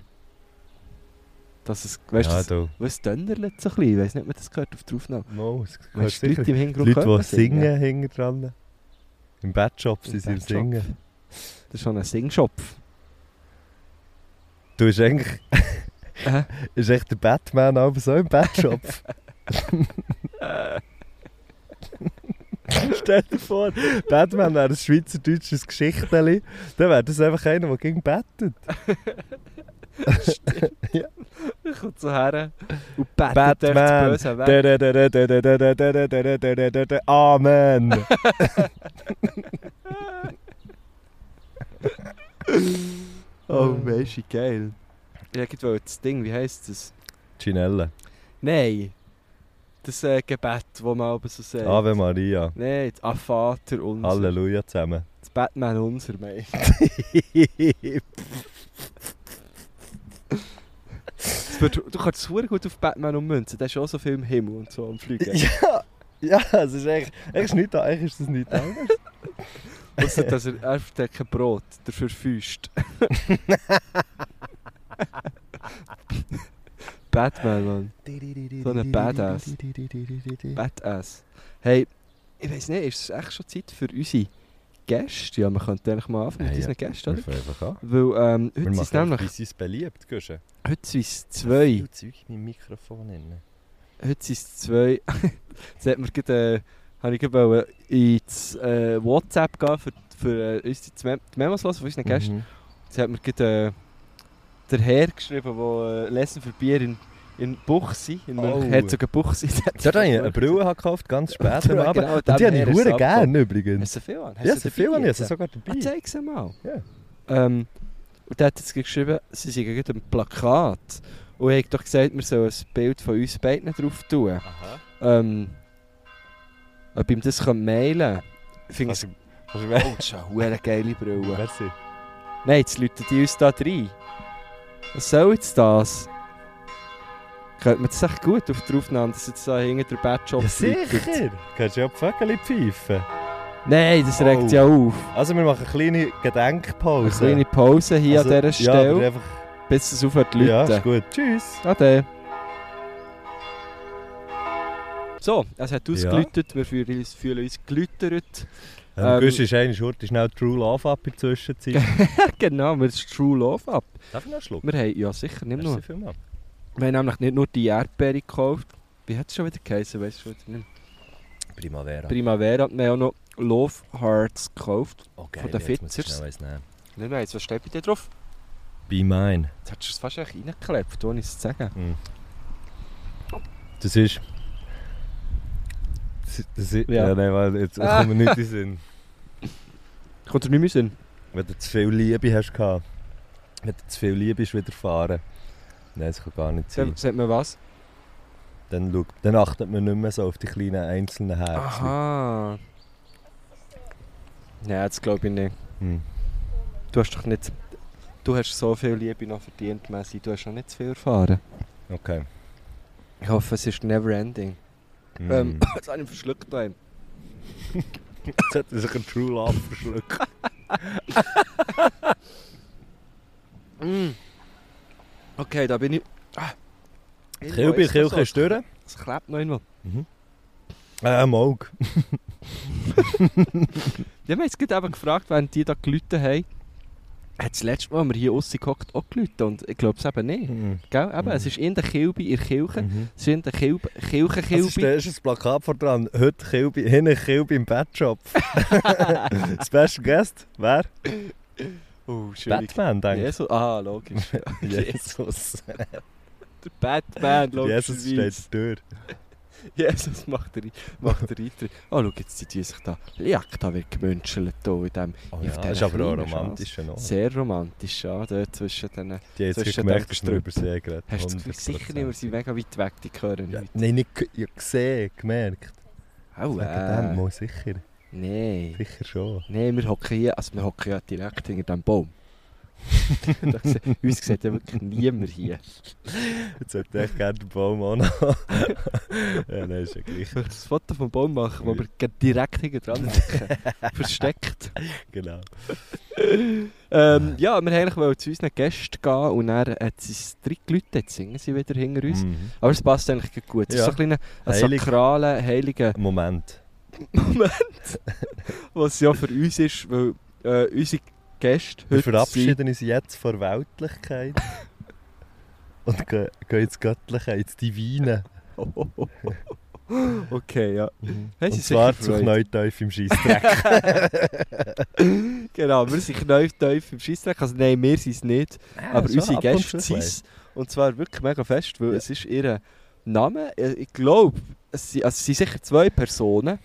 S1: Dass es, weißt
S5: ja,
S1: du,
S5: du.
S1: was dönnert so ein bisschen? Ich weiß nicht, ob man das gehört auf der Aufnahme.
S5: No, es gehört
S1: Weißt du, die
S5: sicher.
S1: Leute im Hintergrund
S5: Leute,
S1: hören
S5: die singen, hinten dran. Im Bettshop sind
S1: Im
S5: sie im
S1: Bettshop.
S5: Singen.
S1: Das ist schon ein Singschopf.
S5: Du bist eigentlich...
S1: Hä?
S5: ist echt der Batman aber so im Bettshop. Stell dir vor, Batman wäre ein schweizerdeutsches Geschichtchen. Dann wäre das einfach einer, der gegen bettet.
S1: Ich komme zu her und bete
S5: Batman.
S1: das Böse weg.
S5: Da, da, da, da, da, da, da, da, da, da, da, da, da, da, da. Amen.
S1: Oh, Mensch, wie geil. Ich wollte das Ding, wie heisst das?
S5: Ginelle.
S1: Nein. Das äh, Gebet, das man aber so sagt.
S5: Ave Maria.
S1: Nein, das Ah, Vater unser.
S5: Ah, Halleluja zusammen.
S1: Das Batman unser, mei. Das wird- Du kannst es verdammt gut auf Batman ummünzen. Der ist auch so viel im Himmel und so am Fliegen.
S5: ja, ja, es ist echt. Eigentlich ist, nicht, eigentlich ist das nicht anders.
S1: Ausser, dass er, er verteilt kein Brot, dafür Füßt. Batman, Mann. So ein Badass. Badass. Hey, ich weiß nicht, ist es echt schon Zeit für unsere Gäste? Ja, wir könnten eigentlich mal anfangen mit
S5: Hey, ja.
S1: unseren Gästen, oder?
S5: einfach an.
S1: Weil ähm,
S5: Wir
S1: heute sind es
S5: machen
S1: nämlich,
S5: nämlich... Wie beliebt, gehst du?
S1: heute sind es zwei,
S5: Viel Zeug in meinem Mikrofon drin.
S1: heute sind es zwei, jetzt hat mir gerade, äh, habe ich gerade wollen ins äh, WhatsApp gehen, für, für äh, uns die Mem- die Memos zu hören von unseren Gästen.
S5: Mhm.
S1: Jetzt hat mir gerade äh, der Herr geschrieben, der äh, Lesen für Bier in, in Buchsi, in
S5: Oh.
S1: München-Herzog-Buchsi.
S5: Dort habe ich eine Brille gekauft, ganz spät am
S1: Genau,
S5: Abend.
S1: genau,
S5: Und
S1: dem
S5: die habe
S1: Herr
S5: ich
S1: ist
S5: hure
S1: abgeholt.
S5: gerne übrigens.
S1: Hast du viel an? Hast
S5: Ja,
S1: du
S5: so
S1: dabei
S5: viel habe ich
S1: jetzt?
S5: also sogar
S1: Ah,
S5: dabei.
S1: zeig sie mal.
S5: Ja.
S1: Ähm, und der hat jetzt geschrieben, sie sind gegen ein Plakat. Und er hat doch gesagt, wir sollen ein Bild von uns beiden drauf tun.
S5: Aha.
S1: Ähm, ob ihm das kann mailen Ich finde es
S5: Kannst du- kannst du mir-
S1: das ist eine hure geile Brille.
S5: Merci.
S1: Nein, jetzt läuten die uns da rein. Was soll jetzt das? Könnte man das echt gut auf der Aufnahme, dass jetzt da hinten der Badshop
S5: Ja,
S1: läutet?
S5: sicher. Kannst du ja die Vögel pfeifen.
S1: Nein, das regt
S5: Oh.
S1: ja auf.
S5: Also, wir machen eine kleine
S1: Eine
S5: Gedenkpause.
S1: kleine Pause hier
S5: Also,
S1: an dieser
S5: Ja,
S1: Stelle,
S5: aber einfach,
S1: bis es aufhört zu
S5: ja,
S1: läuten.
S5: ist gut. Tschüss.
S1: Ade. So, es hat ausgeläutet, wir fühlen uns, fühlen uns geläutert.
S5: Ähm,
S1: Ähm,
S5: Gusch ist eine Schurte, schnell True Love ab in der Zwischenzeit.
S1: genau, wir sind True Love ah. ab.
S5: Darf ich noch einen Schluck?
S1: Wir haben, ja sicher, nimm nur.
S5: Merci vielmals.
S1: Wir haben nämlich nicht nur die Erdbeere gekauft. Wie hat es schon wieder geheißen, weißt du schon wieder nicht mehr.
S5: Primavera.
S1: Primavera, wir haben auch noch Love Hearts gekauft.
S5: okay,
S1: von den
S5: jetzt muss ich
S1: Fitzers.
S5: schnell eins nehmen.
S1: Nein, nein, jetzt, was steht bei dir drauf?
S5: Be mine.
S1: Jetzt hättest du es fast echt reingeklebt, ohne es zu sagen.
S5: Mm. Das ist... Das, das ist
S1: Ja.
S5: ja. nein, weil jetzt
S1: Ah.
S5: kommt mir nicht in den Sinn.
S1: Kommt er nicht mehr Sinn?
S5: Wenn du zu viel Liebe hast gehabt. Wenn du zu viel Liebe ist widerfahren. Nein, das kann gar nicht sein.
S1: Sagt sagt man was?
S5: Dann, schaut, dann achtet man nicht mehr so auf die kleinen einzelnen
S1: Äh,
S5: Herzen.
S1: Aha. Nein, das glaube ich nicht.
S5: Hm.
S1: Du hast doch nicht. Du hast so viel Liebe noch verdient, Messi. Du hast noch nicht zu viel erfahren.
S5: Okay.
S1: Ich hoffe, es ist never ending.
S5: Hm.
S1: Ähm, jetzt habe ich verschluckt da einen.
S5: Jetzt hat er sich ein True Love verschluckt.
S1: Mm. Okay, da bin ich. Ah.
S5: Kilby, Kilke ist durch.
S1: Es klebt noch irgendwo.
S5: Äh, Moog.
S1: Die haben jetzt gerade eben gefragt, während die da gelitten haben. Hat das letzte Mal, als wir hier aussen gehockt, auch gelitten? Und ich glaube es eben nicht.
S5: Mhm.
S1: Gell? Eben,
S5: Mhm.
S1: Es ist in der Kilbe, in der Kirche.
S5: Mhm.
S1: Es ist in der Kilbe, Kirche,
S5: Es ist, da
S1: Kilbe.
S5: ist ein Plakat vor dran. Heute Kilby, hinten Kilby im Batshop. Special Guest, wer?
S1: Oh, schön.
S5: Batman, denke
S1: Jesus. Ah, logisch.
S5: ich. Jesus.
S1: Der Batman,
S5: Jesus
S1: logischerweise.
S5: steht durch.
S1: Jesus macht der, macht der Eintritt. Oh, schau, jetzt sind die sich da. Ja, da wird gemünschelt. hier in dem.
S5: Oh,
S1: auf
S5: ja,
S1: dieser
S5: das ist aber auch
S1: kleinen
S5: romantisch. Noch.
S1: Sehr romantisch, ja, dort zwischen den.
S5: Die haben
S1: zwischen
S5: jetzt
S1: den
S5: gemerkt, dass wir über
S1: Gestrüpp.
S5: See geredet
S1: Hast du das Gefühl, sicher nicht, wir sind mega weit weg, die hören
S5: Ja,
S1: nicht.
S5: nein, nicht ge- ja, gesehen, gemerkt.
S1: Au,
S5: Wegen dem
S1: äh,
S5: mal sicher.
S1: Nein.
S5: Sicher schon.
S1: Nein, wir hocken hier, also wir hocken ja direkt hinter dem Baum. Da se- Uns sieht ja wirklich niemand hier.
S5: Jetzt hätte ich gerne den Baum auch noch. ja, nein, ist ja gleich.
S1: Ich möchte das Foto vom Baum machen, wo wir gerade direkt hinter dran hocken. Versteckt.
S5: Genau.
S1: Ähm, ja, wir wollten eigentlich zu unseren Gästen gehen und dann hat es uns drei Leute, jetzt singen sie wieder hinter uns.
S5: Mhm.
S1: Aber es passt eigentlich gerade gut. Es ist
S5: Ja.
S1: so ein kleiner ein
S5: Heilig.
S1: sakraler, heiliger
S5: Moment.
S1: Moment, was ja für uns ist, weil äh, unsere Gäste
S5: Wir
S1: heute sind-
S5: verabschieden uns jetzt von der Weltlichkeit. Und gehen, gehen ins Göttliche, ins Divine.
S1: Okay, ja. Haben
S5: Und
S1: sich
S5: zwar
S1: sicher
S5: zu
S1: gefreut.
S5: Knäuteuf im Scheissdreck.
S1: Genau, wir sind neu tief im Scheissdreck. Also nein, wir sind es nicht. aber
S5: schon,
S1: unsere
S5: ab und
S1: Gäste
S5: zu
S1: sind
S5: ein
S1: es. Und zwar wirklich mega fest, weil
S5: Ja.
S1: es ist ihr Name. Äh, Ich glaube, es, sind- also es sind sicher zwei Personen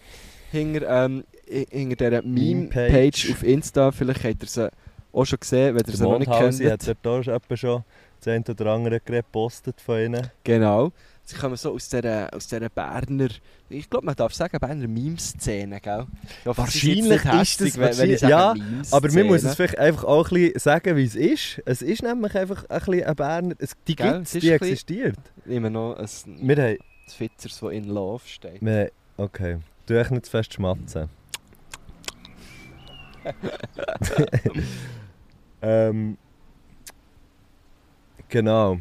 S1: hinter, ähm, hi- hinter dieser
S5: Meme-Page.
S1: Meme-Page auf Insta. Vielleicht habt ihr sie auch schon gesehen, wenn ihr sie noch nicht
S5: Mondhausi hat
S1: kennt.
S5: er da schon etwa schon das eine oder andere gepostet von ihnen.
S1: Genau. Sie kommen so aus dieser, aus dieser Berner, ich glaube man darf sagen, Berner Meme-Szene, gell? Ja,
S5: Wahrscheinlich
S1: vielleicht
S5: ist
S1: hässig,
S5: das-
S1: wenn, wenn ich sage
S5: ja,
S1: Meme-Szene.
S5: Aber man muss es vielleicht einfach auch ein bisschen sagen, wie es ist. Es ist nämlich einfach ein bisschen ein Berner... Es, die
S1: Gell,
S5: gibt
S1: es
S5: es,
S1: ist
S5: die
S1: ein bisschen-
S5: existiert.
S1: Immer noch ein
S5: Wir haben...
S1: Fitzers, der in Love steht.
S5: Wir haben okay, du hast nicht zu fest schmatzen. ähm, genau.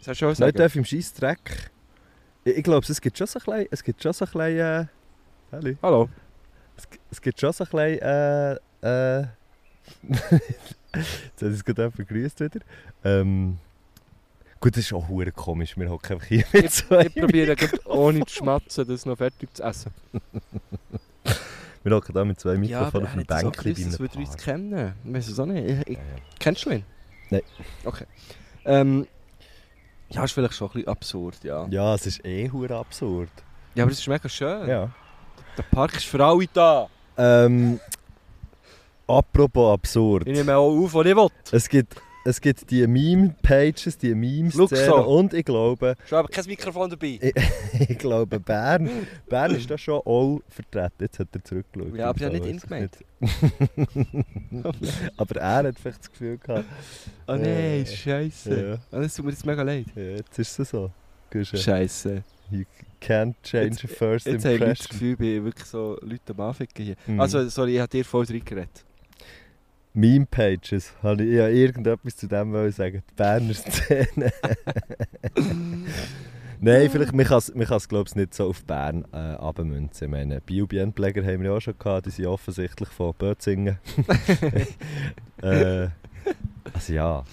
S1: Soll ich schon
S5: Nicht
S1: sagen?
S5: auf im Scheissdreck. Ich, ich glaube, es gibt schon so ein bisschen... Es gibt schon so ein bisschen... Äh, Hallo.
S1: Hallo.
S5: Es, g- es gibt schon so ein bisschen... Äh, äh, Jetzt hat es gerade jemand gegrüßt wieder. Ähm, gut, das ist auch hure komisch. Wir hocken einfach hier mit zwei.
S1: Ich probiere gerade ohne zu schmatzen, das noch fertig zu essen.
S5: Wir hocken da mit zwei Mikrofonen auf dem
S1: das auch
S5: Bänkchen bei
S1: gewusst,
S5: einem
S1: dass wir uns
S5: Paar.
S1: kennen. Ich weiß es auch nicht. Ich, ich,
S5: Ja, ja.
S1: kennst du ihn?
S5: Nein.
S1: Okay. Ähm, ja, ist vielleicht schon ein bisschen absurd, ja.
S5: Ja, es ist eh hure absurd.
S1: Ja, aber es ist mega schön.
S5: Ja.
S1: Der Park ist für alle da.
S5: Ähm, apropos absurd.
S1: Ich nehme auch auf, was ich will.
S5: Es gibt, es gibt die Meme-Pages, die memes
S1: Luxor.
S5: und ich glaube,
S1: Schon aber kein Mikrofon dabei.
S5: ich glaube Bern, Bern ist da schon auch vertreten. Jetzt hat er zurückgeschaut.
S1: Ja, aber ich habe nicht ihn
S5: Weiß ich
S1: gemeint.
S5: nicht. aber er hat vielleicht das Gefühl gehabt,
S1: Oh nein, scheiße.
S5: ja,
S1: Oh, das tut mir jetzt mega leid.
S5: ja, jetzt ist es so. Guschen.
S1: Scheiße.
S5: You can't change a first
S1: Jetzt habe ich das
S5: impression.
S1: Gefühl, ich bin wirklich so Leute am Anficken hier.
S5: Mhm.
S1: Also, sorry, ich habe dir voll reingeredet.
S5: Meme-Pages, habe ich ja irgendetwas zu dem wollen sagen. Die Berner Szene. Nein, vielleicht, man kann es, man kann's, glaube ich, nicht so auf Bern äh, abmünzen. Ich meine, Bio-Bienenpfleger haben wir ja auch schon gehabt, die sind offensichtlich von Bözingen. äh, also ja,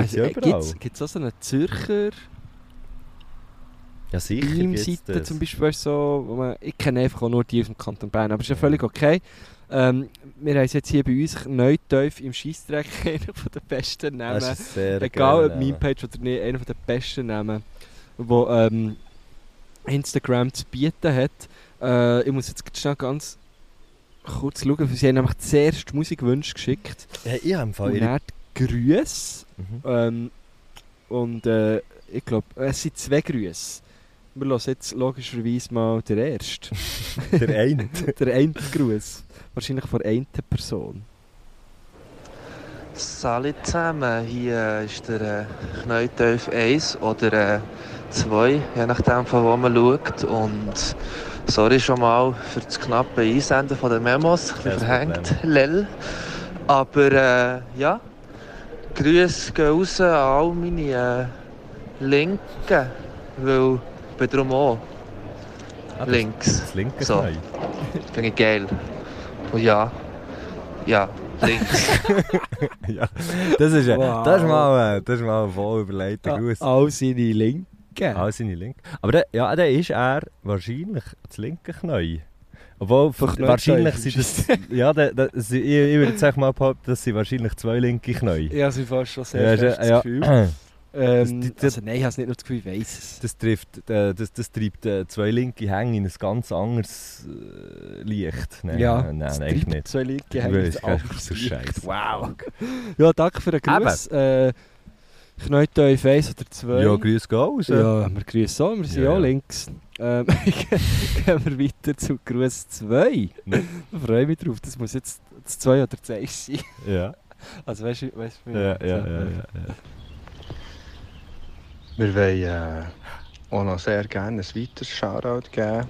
S1: Also,
S5: gibt es
S1: äh,
S5: ja überall.
S1: Gibt es auch so einen Zürcher
S5: ja, sicher gibt's
S1: Meme-Seite
S5: das.
S1: zum Beispiel? weisst du, So, wo man, ich kenne einfach auch nur die aus dem Kanton Bern, aber ist ja völlig okay. Ähm, wir haben es jetzt hier bei uns neu tief im Scheissdreck, einer von den besten
S5: Das
S1: Namen.
S5: ist ein sehr
S1: Egal ob
S5: geiler Name.
S1: Meme-Page oder nicht, einer von den besten Namen, wo ähm, Instagram zu bieten hat. Äh, ich muss jetzt grad schnell ganz kurz schauen, weil sie haben nämlich zuerst die Musikwünsche geschickt
S5: Ja, ich habe im Fall
S1: und
S5: ihre...
S1: dann die Grüße.
S5: Mhm.
S1: Ähm, und äh, ich glaube, es sind zwei Grüße. Wir hören jetzt logischerweise mal den ersten.
S5: Der eine.
S1: der eine Gruß. Wahrscheinlich von einer Person.
S2: Salut zusammen, hier ist der Knäuteuf 1 oder äh, 2, je nachdem von wo man schaut. Und sorry schon mal für das knappe Einsenden von den Memos, ein
S5: Kein
S2: bisschen verhängt, lell. Aber äh, ja, Grüße gehen raus an all meine äh, Linken, weil ich bin drum auch
S5: Ah, das-
S2: links.
S5: Das linke
S2: So.
S5: Knie.
S2: Finde ich geil. Und ja, ja, links.
S5: Ja, das ist, ja-
S1: Wow. Ah,
S5: das ist mal, ein- das ist mal ein voll überlegter Gruß.
S1: All seine Linken.
S5: Ah, seine linke. Aber der, ja, der ist er wahrscheinlich das linke Knie. Obwohl,
S1: Von Knie
S5: wahrscheinlich
S1: steif
S5: sind das... ja, der, der, sie- ich, ich würde sagen mal behaupten, das sind wahrscheinlich zwei linke Knie.
S1: Ja, sie fast schon
S5: Ja,
S1: sehr
S5: ist ja-
S1: festes
S5: ja.
S1: Gefühl. Ähm,
S5: Das- das-
S1: also nein, ich habe es nicht nur das Gefühl, ich weiss es.
S5: Das, trifft, äh, das, das treibt äh, zwei linke Hänge in ein ganz anderes äh, Licht. Nein, nein,
S1: es
S5: nein, eigentlich
S1: treibt
S5: nicht.
S1: Zwei linke
S5: Ich
S1: Hände
S5: weiß,
S1: ins
S5: gell,
S1: andere
S5: so
S1: Licht.
S5: scheiße.
S1: Wow. Ja, danke für den Gruß. Äh, Knallt euch eins oder zwei.
S5: Ja, grüß Gott. raus.
S1: Ja, Ah, wir grüßen auch, wir sind
S5: Ja,
S1: auch
S5: ja.
S1: links. Ähm, gehen wir weiter zu Gruß 2.
S5: Ne.
S1: Da freue ich mich drauf, das muss jetzt das 2 oder das 1 sein.
S5: Ja,
S1: Also weißt du, weißt du, wie-
S5: ja, ja. ja, ja,
S1: äh,
S5: ja.
S6: Wir wollen äh, auch noch sehr gerne ein weiteres Shoutout geben.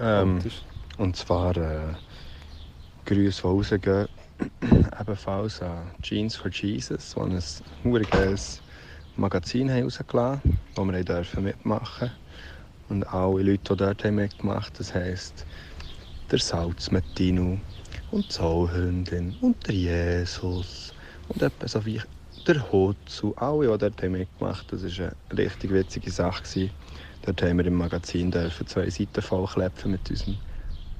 S6: Ähm, und zwar äh, Grüße, die rausgehen. Ebenfalls an Jeans for Jesus, die ein verdammt geiles Magazin haben rausgelassen haben, wo wir haben dürfen mitmachen Und alle Leute, die dort haben mitgemacht haben, das heisst der Salzmettino und die Sauhündin und der Jesus und etwa so wie der Hut zu alle, die dort haben mitgemacht haben. Das war eine richtig witzige Sache. Gewesen. Dort haben wir im Magazin dürfen zwei Seiten vollklepfen mit unserem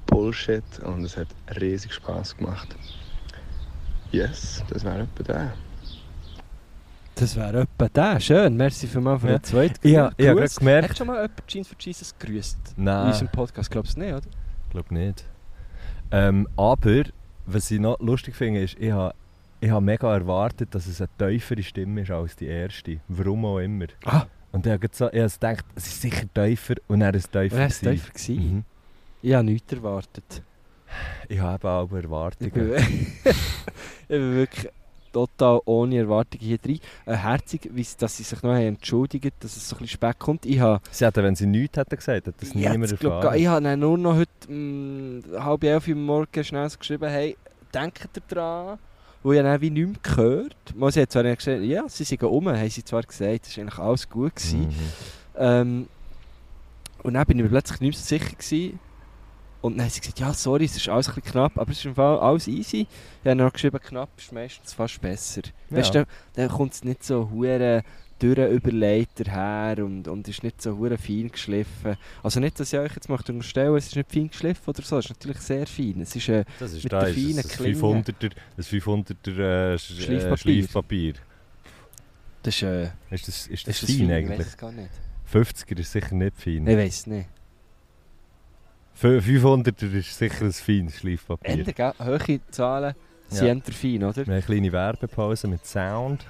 S6: Bullshit und es hat riesig Spass gemacht. Yes, das wäre etwa der.
S1: Das wäre etwa der. Schön, merci vielmals für
S5: Ja.
S1: den zweiten
S5: Ich hab- ich hab
S1: Gruß.
S5: grad gemerkt-
S1: Hat schon mal jemand Jeans for Jesus gegrüßt? In
S5: Nein,
S1: unserem Podcast, glaubst du nicht, oder?
S5: ich glaube nicht. Ähm, aber, was ich noch lustig finde, ist, ich habe ich hab mega erwartet, dass es eine tiefere Stimme ist als die erste. Warum auch immer.
S1: Ah.
S5: Und ich habe so, ich hab gedacht, es ist sicher tiefer und er ist es
S1: Ich
S5: tiefer.
S1: war es
S5: gewesen.
S1: tiefer. gewesen.
S5: Mhm.
S1: Ich habe nichts erwartet.
S5: Ich habe aber
S1: Ich
S5: Erwartungen.
S1: bin, ich bin wirklich total ohne Erwartung hier drin. Äh, herzig, wie sie- dass sie sich noch haben entschuldigt, dass es so ein bisschen spät kommt. Ich habe
S5: Sie hätten, wenn sie nichts hätten gesagt, hätte das
S1: Ich
S5: niemand
S1: hätt's, glaub,
S5: erfahren.
S1: Ich habe ihnen nur noch heute mh, halb elf Uhr morgens schnell so geschrieben, hey, denkt ihr dran? Wo ich dann wie nichts mehr gehört. Man, sie hat zwar nicht gesagt, ja, sie sind um, haben sie zwar gesagt, es war eigentlich alles gut. Gewesen.
S5: Mhm.
S1: Ähm, und dann bin ich mir plötzlich nicht mehr so sicher gewesen. Und dann haben sie gesagt, ja, sorry, es ist alles ein bisschen knapp, aber es ist im Fall alles easy. Ich habe noch geschrieben, knapp ist meistens fast besser.
S5: Ja.
S1: Weißt du, dann, dann kommt es nicht so hure dürre überlegt daher und, und ist nicht so hure fein geschliffen. Also nicht, dass ich euch jetzt möchte unterstellen, es ist nicht fein geschliffen oder so, es ist natürlich sehr fein. Es ist, äh,
S5: Das ist
S1: mit
S5: da,
S1: der
S5: ist
S1: feinen
S5: es ein
S1: Klinge.
S5: 500er, ein 500er äh, Sch-
S1: Schleifpapier.
S5: äh, Schleifpapier.
S1: das ist, äh,
S5: Ist das, ist das
S1: ist
S5: fein
S1: Ich weiß
S5: eigentlich?
S1: es gar nicht.
S5: 50er ist sicher nicht fein.
S1: Nein, Ich weiß es nicht.
S5: Fü- 500er ist sicher ein feines Schleifpapier.
S1: Änder, gell? Hohe Zahlen sind
S5: Ja.
S1: ja. fein, oder?
S5: Wir haben eine kleine Werbepause mit Sound.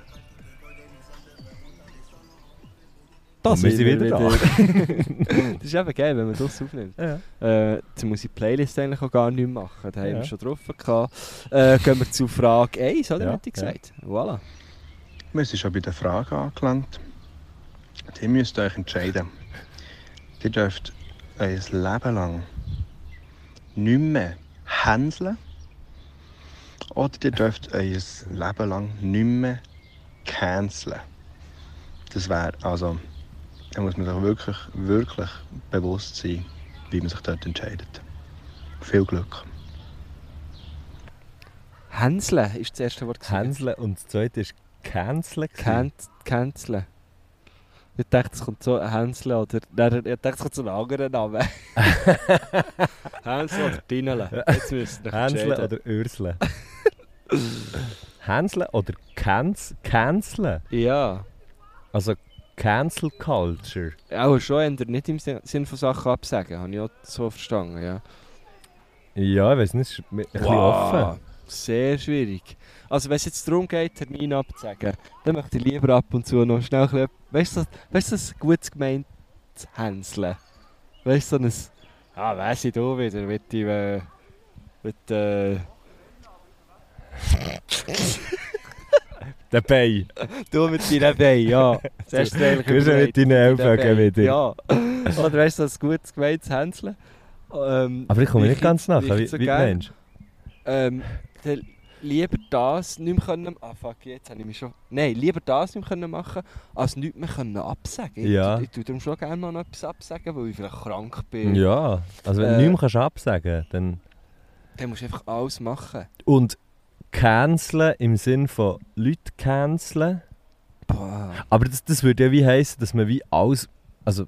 S1: Da
S5: Und wir sind wieder da.
S1: das ist eben geil, wenn man das aufnimmt.
S5: Ja.
S1: Äh, jetzt muss ich die Playlist eigentlich auch gar nicht mehr machen. Da haben
S5: Ja.
S1: wir schon drauf gehabt. Äh, gehen wir zu Frage 1, oder?
S5: Ja,
S1: Hätte ich gesagt. Voilà.
S6: Wir sind schon bei der Frage angelangt. Ihr müsst euch entscheiden. Ihr dürft euer Leben lang nicht mehr hänseln oder ihr dürft euer Leben lang nicht mehr canceln. Das wäre also, da muss man sich wirklich, wirklich bewusst sein, wie man sich dort entscheidet. Viel Glück.
S1: Hänseln ist das erste Wort.
S5: Hänseln und das zweite ist Canceln. gewesen.
S1: Canceln. Ich dachte, es kommt so Hänseln oder... Nein, ich dachte, es kommt so ein anderer Name. Hänseln oder Tineln. Jetzt müsst ihr euch
S5: Hänseln
S1: entscheiden.
S5: oder Ürsle? Hänseln oder Canc- Canceln?
S1: Ja.
S5: Also Cancel Culture.
S1: Auch schon ändert nicht im Sin- Sinn von Sachen absagen. Habe ich auch so verstanden, ja.
S5: Ja, ich weiß nicht, es ist ein bisschen offen.
S1: Sehr schwierig. Also wenn es jetzt darum geht, Termine abzusagen, dann möchte ich lieber ab und zu noch schnell ein bisschen... Weißt du, weißt du, ein gut gemeintes Hänseln? Weißt du, so ein... Ah, weiss ich du wieder, mit dem... Äh, mit äh,
S5: Dabei.
S1: du mit deinen Beinen, ja. Das erste Teil
S5: Du bist ja
S1: überlegt,
S5: mit deinen Ellbogen
S1: Beinen.
S5: wieder.
S1: Ja. Oder weißt du, ein gut gemeintes Hänseln? Ähm,
S5: Aber ich komme nicht
S1: Ich-
S5: ganz nach.
S1: ich-
S5: Wie,
S1: ich so
S5: wie
S1: gern.
S5: meinst du?
S1: ähm, dann lieber das nicht mehr können... Ah, fuck, jetzt habe ich mich schon... Nein, lieber das nicht mehr können machen, als nichts mehr können absagen.
S5: Ja.
S1: Ich, ich tue darum schon gerne mal noch etwas absagen, weil ich vielleicht krank bin.
S5: Ja, also wenn
S1: Äh.
S5: du nichts mehr kannst absagen dann...
S1: Dann musst du einfach alles machen.
S5: Und canceln im Sinn von Leute canceln.
S1: Boah.
S5: Aber das, das würde ja wie heissen, dass man wie alles... Also,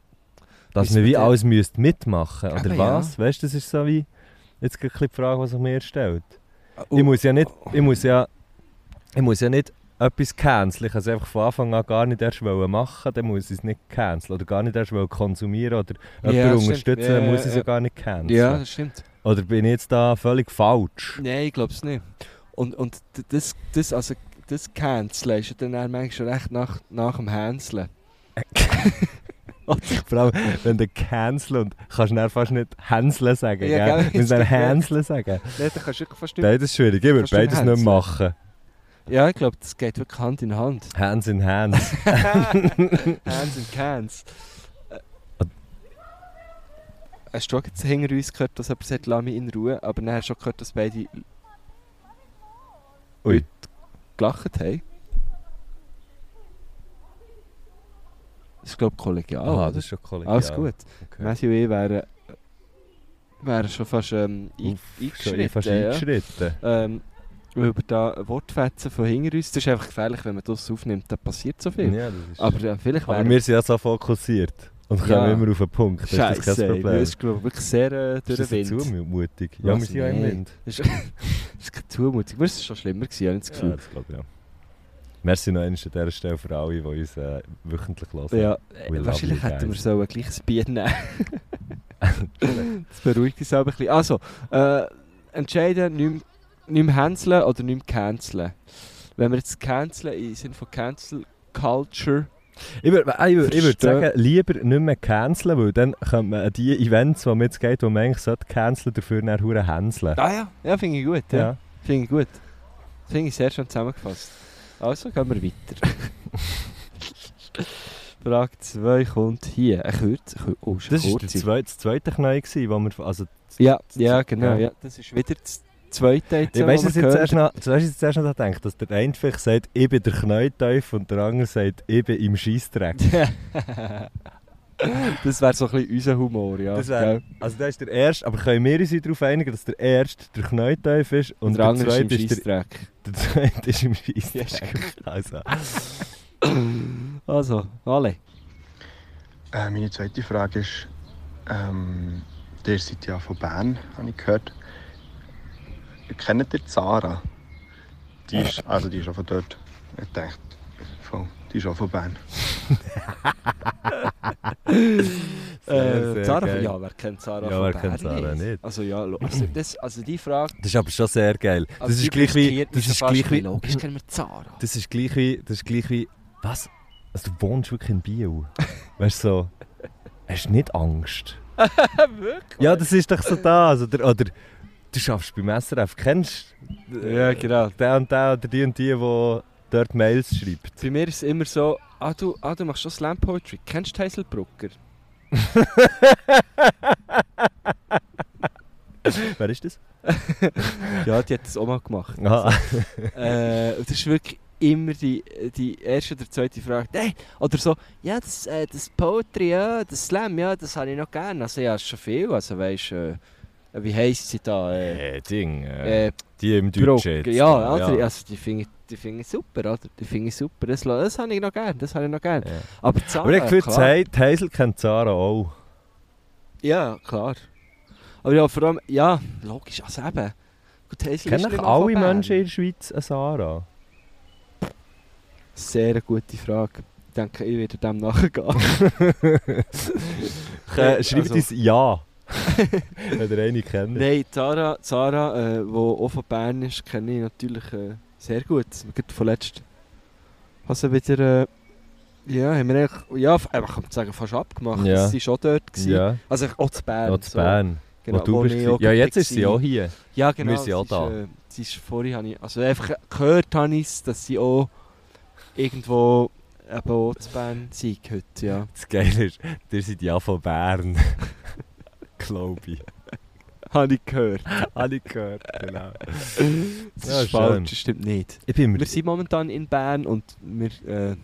S5: dass
S1: Bis
S5: man
S1: man
S5: wie
S1: dann-
S5: alles müsste mitmachen
S1: Aber
S5: oder
S1: ja.
S5: was? Weißt du, das ist so wie... Jetzt
S1: Oh.
S5: gerade ein bisschen die Frage, was sich mir stellt. Ich muss ja nicht... Ich muss ja... Ich muss ja nicht etwas canceln, ich kann es einfach von Anfang an gar nicht erst wollen machen, dann muss ich es nicht canceln. Oder gar nicht erst wollen konsumieren oder
S1: Ja,
S5: jemanden
S1: stimmt.
S5: unterstützen,
S1: Ja,
S5: dann muss
S1: ja,
S5: ich es
S1: ja.
S5: ja gar nicht canceln.
S1: Ja, das stimmt.
S5: Oder bin ich jetzt da völlig falsch?
S1: Nein, ich glaube es nicht. Und, und d- das, das, also, das Canceln ist ja dann auch manchmal schon recht nach, nach dem Hänseln.
S5: Vor allem, wenn du Cancel und kannst du dann fast nicht Hänsle sagen,
S1: Ja,
S5: gell?
S1: gell,
S5: Wir müssen dann
S1: stimmt, ja.
S5: Hänsle sagen.
S1: Nein, da kannst du wirklich fast nicht...
S5: Beides ist schwierig, ich würde
S1: Kannst du nicht
S5: beides nicht
S1: Hänseln?
S5: machen.
S1: Ja, ich glaube, das geht wirklich Hand in Hand.
S5: Hands in Hands.
S1: Hands in Cans. Äh, Hast du auch jetzt hinter uns gehört, dass jemand sagt, lass mich in Ruhe, aber dann hast du auch gehört, dass beide
S5: Ui.
S1: Leute gelacht haben? Das ist, glaube ich, kollegial.
S5: Ah,
S1: oder?
S5: das ist schon
S1: Oh,
S5: kollegial.
S1: Alles gut.
S5: Okay.
S1: Messi und ich wären, wären schon fast ähm, ein-
S5: Schon eh
S1: eingeschritten.
S5: fast
S1: ja.
S5: eingeschritten.
S1: Ähm, weil wir da Wortfetzen von hinter uns, das ist einfach gefährlich, wenn man das aufnimmt, da passiert so viel.
S5: Ja, das ist
S1: Aber äh, vielleicht
S5: Aber
S1: wären
S5: wir sind ja so fokussiert und kommen
S1: Ja.
S5: immer auf den Punkt. Das ist das
S1: Scheisse,
S5: kein
S1: ey,
S5: Problem.
S1: wir sind glaub ich, wirklich sehr äh, durch den
S5: Ist das
S1: Wind.
S5: zumutig? Ja, wir
S1: Was?
S5: sind ja im
S1: Nee.
S5: Wind.
S1: Das ist- das ist keine Zumutung. Mir ist es schon schlimmer gewesen, habe ich das
S5: Ja,
S1: Gefühl.
S5: das glaube ich ja. Merci noch einmal an dieser Stelle für alle, die uns äh, wöchentlich hören.
S1: Ja, äh,
S5: We love
S1: wahrscheinlich
S5: you
S1: hätten wir
S5: guys.
S1: so ein gleiches Bier nehmen. das beruhigt uns selber ein bisschen. Also, äh, entscheiden, nicht mehr- nicht mehr hänseln oder nicht mehr canceln. Wenn wir jetzt canceln im Sinne von Cancel Culture,
S5: Ich würde ich würd, ich würd
S1: Verstehe.
S5: sagen, lieber nicht mehr canceln, weil dann kommt man an die Events, die man jetzt geht, die man eigentlich sollte canceln, dafür nachher hure hänseln.
S1: ah ja, ja finde ich gut. Ja.
S5: Ja.
S1: Finde ich gut. Finde ich sehr schön zusammengefasst. Also gehen wir weiter. Frage 2 kommt hier. Ein kurz, kur- oh, ist eine
S5: Das war der
S1: kurze.
S5: zweite, das zweite Knall, gewesen, wo wir... Also,
S1: Ja, ja, genau.
S5: Ja.
S1: Ja. Das ist wieder das zweite
S5: ich
S1: Edition,
S5: weiss
S1: die
S5: es
S1: wir
S5: jetzt
S1: gehört
S5: erst noch, zuerst jetzt erst noch gedacht, dass der eine vielleicht sagt, ich bin der Knäuteuf und der andere sagt, ich bin im Scheissdreck.
S1: haben. das wäre so ein bisschen unser Humor, ja.
S5: Das wär,
S1: gell?
S5: also das ist der erste, aber können wir uns darauf einigen, dass der erste der Knäuteuf ist und,
S1: der
S5: der,
S1: andere ist
S5: zweite
S1: im
S5: ist der,
S1: Scheissdreck.
S5: der zweite ist im Scheissdreck. Also,
S1: Also, alle.
S6: Äh, meine zweite Frage ist, ähm, ihr seid ja von Bern, habe ich gehört. Kennt ihr Zara? Die ist, also die ist auch von dort. Ich dachte, voll, die ist auch von Bern.
S5: Sehr,
S1: Äh,
S5: sehr
S1: Zara,
S5: geil.
S1: ja, wer kennt Zara
S5: Ja,
S1: von
S5: wer
S1: Bern
S5: kennt Zara nicht?
S1: Also ja, lo- also, das, also die Frage...
S5: das ist aber schon sehr geil. Das
S1: also
S5: ist
S1: die
S5: gleich wie,
S1: riskiert
S5: das
S1: mich
S5: ist
S1: schon fast
S5: gleich
S1: ein bisschen.
S5: wie,
S1: Logisch kennen wir Zara.
S5: das ist gleich wie, das ist gleich wie, was? Also du wohnst wirklich in Biel. Weißt du so, hast nicht Angst.
S1: Wirklich?
S5: Ja, das ist doch so da. Also, der, oder du schaffst beim SRF, kennst du äh,
S1: Ja, genau.
S5: der und der oder die und die, die dort Mails schreibt.
S1: Bei mir ist es immer so, ah du, ah, du machst schon Slam Poetry. Kennst du Heiselbrucker?
S5: Wer ist das?
S1: Ja, die hat das auch mal gemacht.
S5: Ah,
S1: äh, und das ist wirklich immer die, die erste oder zweite Frage. Nein, oder so, ja, das, äh, das Poetry, ja, das Slam, ja, das habe ich noch gerne. Also ja, ist schon viel. Also weißt du, äh, wie heisst sie da? Äh,
S5: Äh, Ding. Äh,
S1: äh,
S5: die im
S1: Bruck.
S5: Deutschen. jetzt.
S1: Ja, andere, also die finde ich, die finde ich super, oder? Die finde ich super. Das, lo- das habe ich noch gerne, das habe ich noch gerne.
S5: Ja.
S1: Aber Zara,
S5: Aber ich habe das
S1: klar.
S5: Gefühl, die Heisel kennt Zara auch.
S1: Ja, klar. Aber ja, vor allem, ja, logisch, also eben. Gut, Hazel ist
S5: Kennen
S1: nicht
S5: eigentlich
S1: mal von
S5: alle
S1: Bern.
S5: Menschen in der Schweiz eine Sarah?
S1: Sehr eine gute Frage. Ich denke, ich werde dem nachgehen.
S5: Äh, Schreibt
S1: Also-
S5: uns Ja. Wenn ihr eine kennt.
S1: Nein, Zara, Zara äh, die auch von Bern ist, kenne ich natürlich äh, sehr gut. Gerade von letztem. Also wieder, äh, ja, haben wir eigentlich, ja, f- äh, man kann sagen, fast abgemacht.
S5: Ja.
S1: Sie war schon dort. Gewesen.
S5: Ja,
S1: Also auch zu Bern.
S5: auch zu
S1: so.
S5: Bern.
S1: Genau,
S5: wo du bist.
S1: ich
S5: gewesen.
S1: auch
S5: Ja, jetzt
S1: gerade
S5: ist sie
S1: war.
S5: auch hier.
S1: Ja, genau.
S5: Wir sind auch
S1: sie
S5: da.
S1: Ist, äh, sie ist vorhin, habe ich, also einfach gehört habe ich es, dass sie auch irgendwo eben auch zu Bern sind heute, ja.
S5: Das Geile ist, ihr seid ja von Bern. Glaube ich.
S1: Habe ich gehört.
S5: Alle gehört, genau.
S1: Das
S5: Ja,
S1: ist
S5: schön.
S1: falsch, das stimmt nicht.
S5: Ich bin mir,
S1: Wir sind momentan in Bern und wir, äh,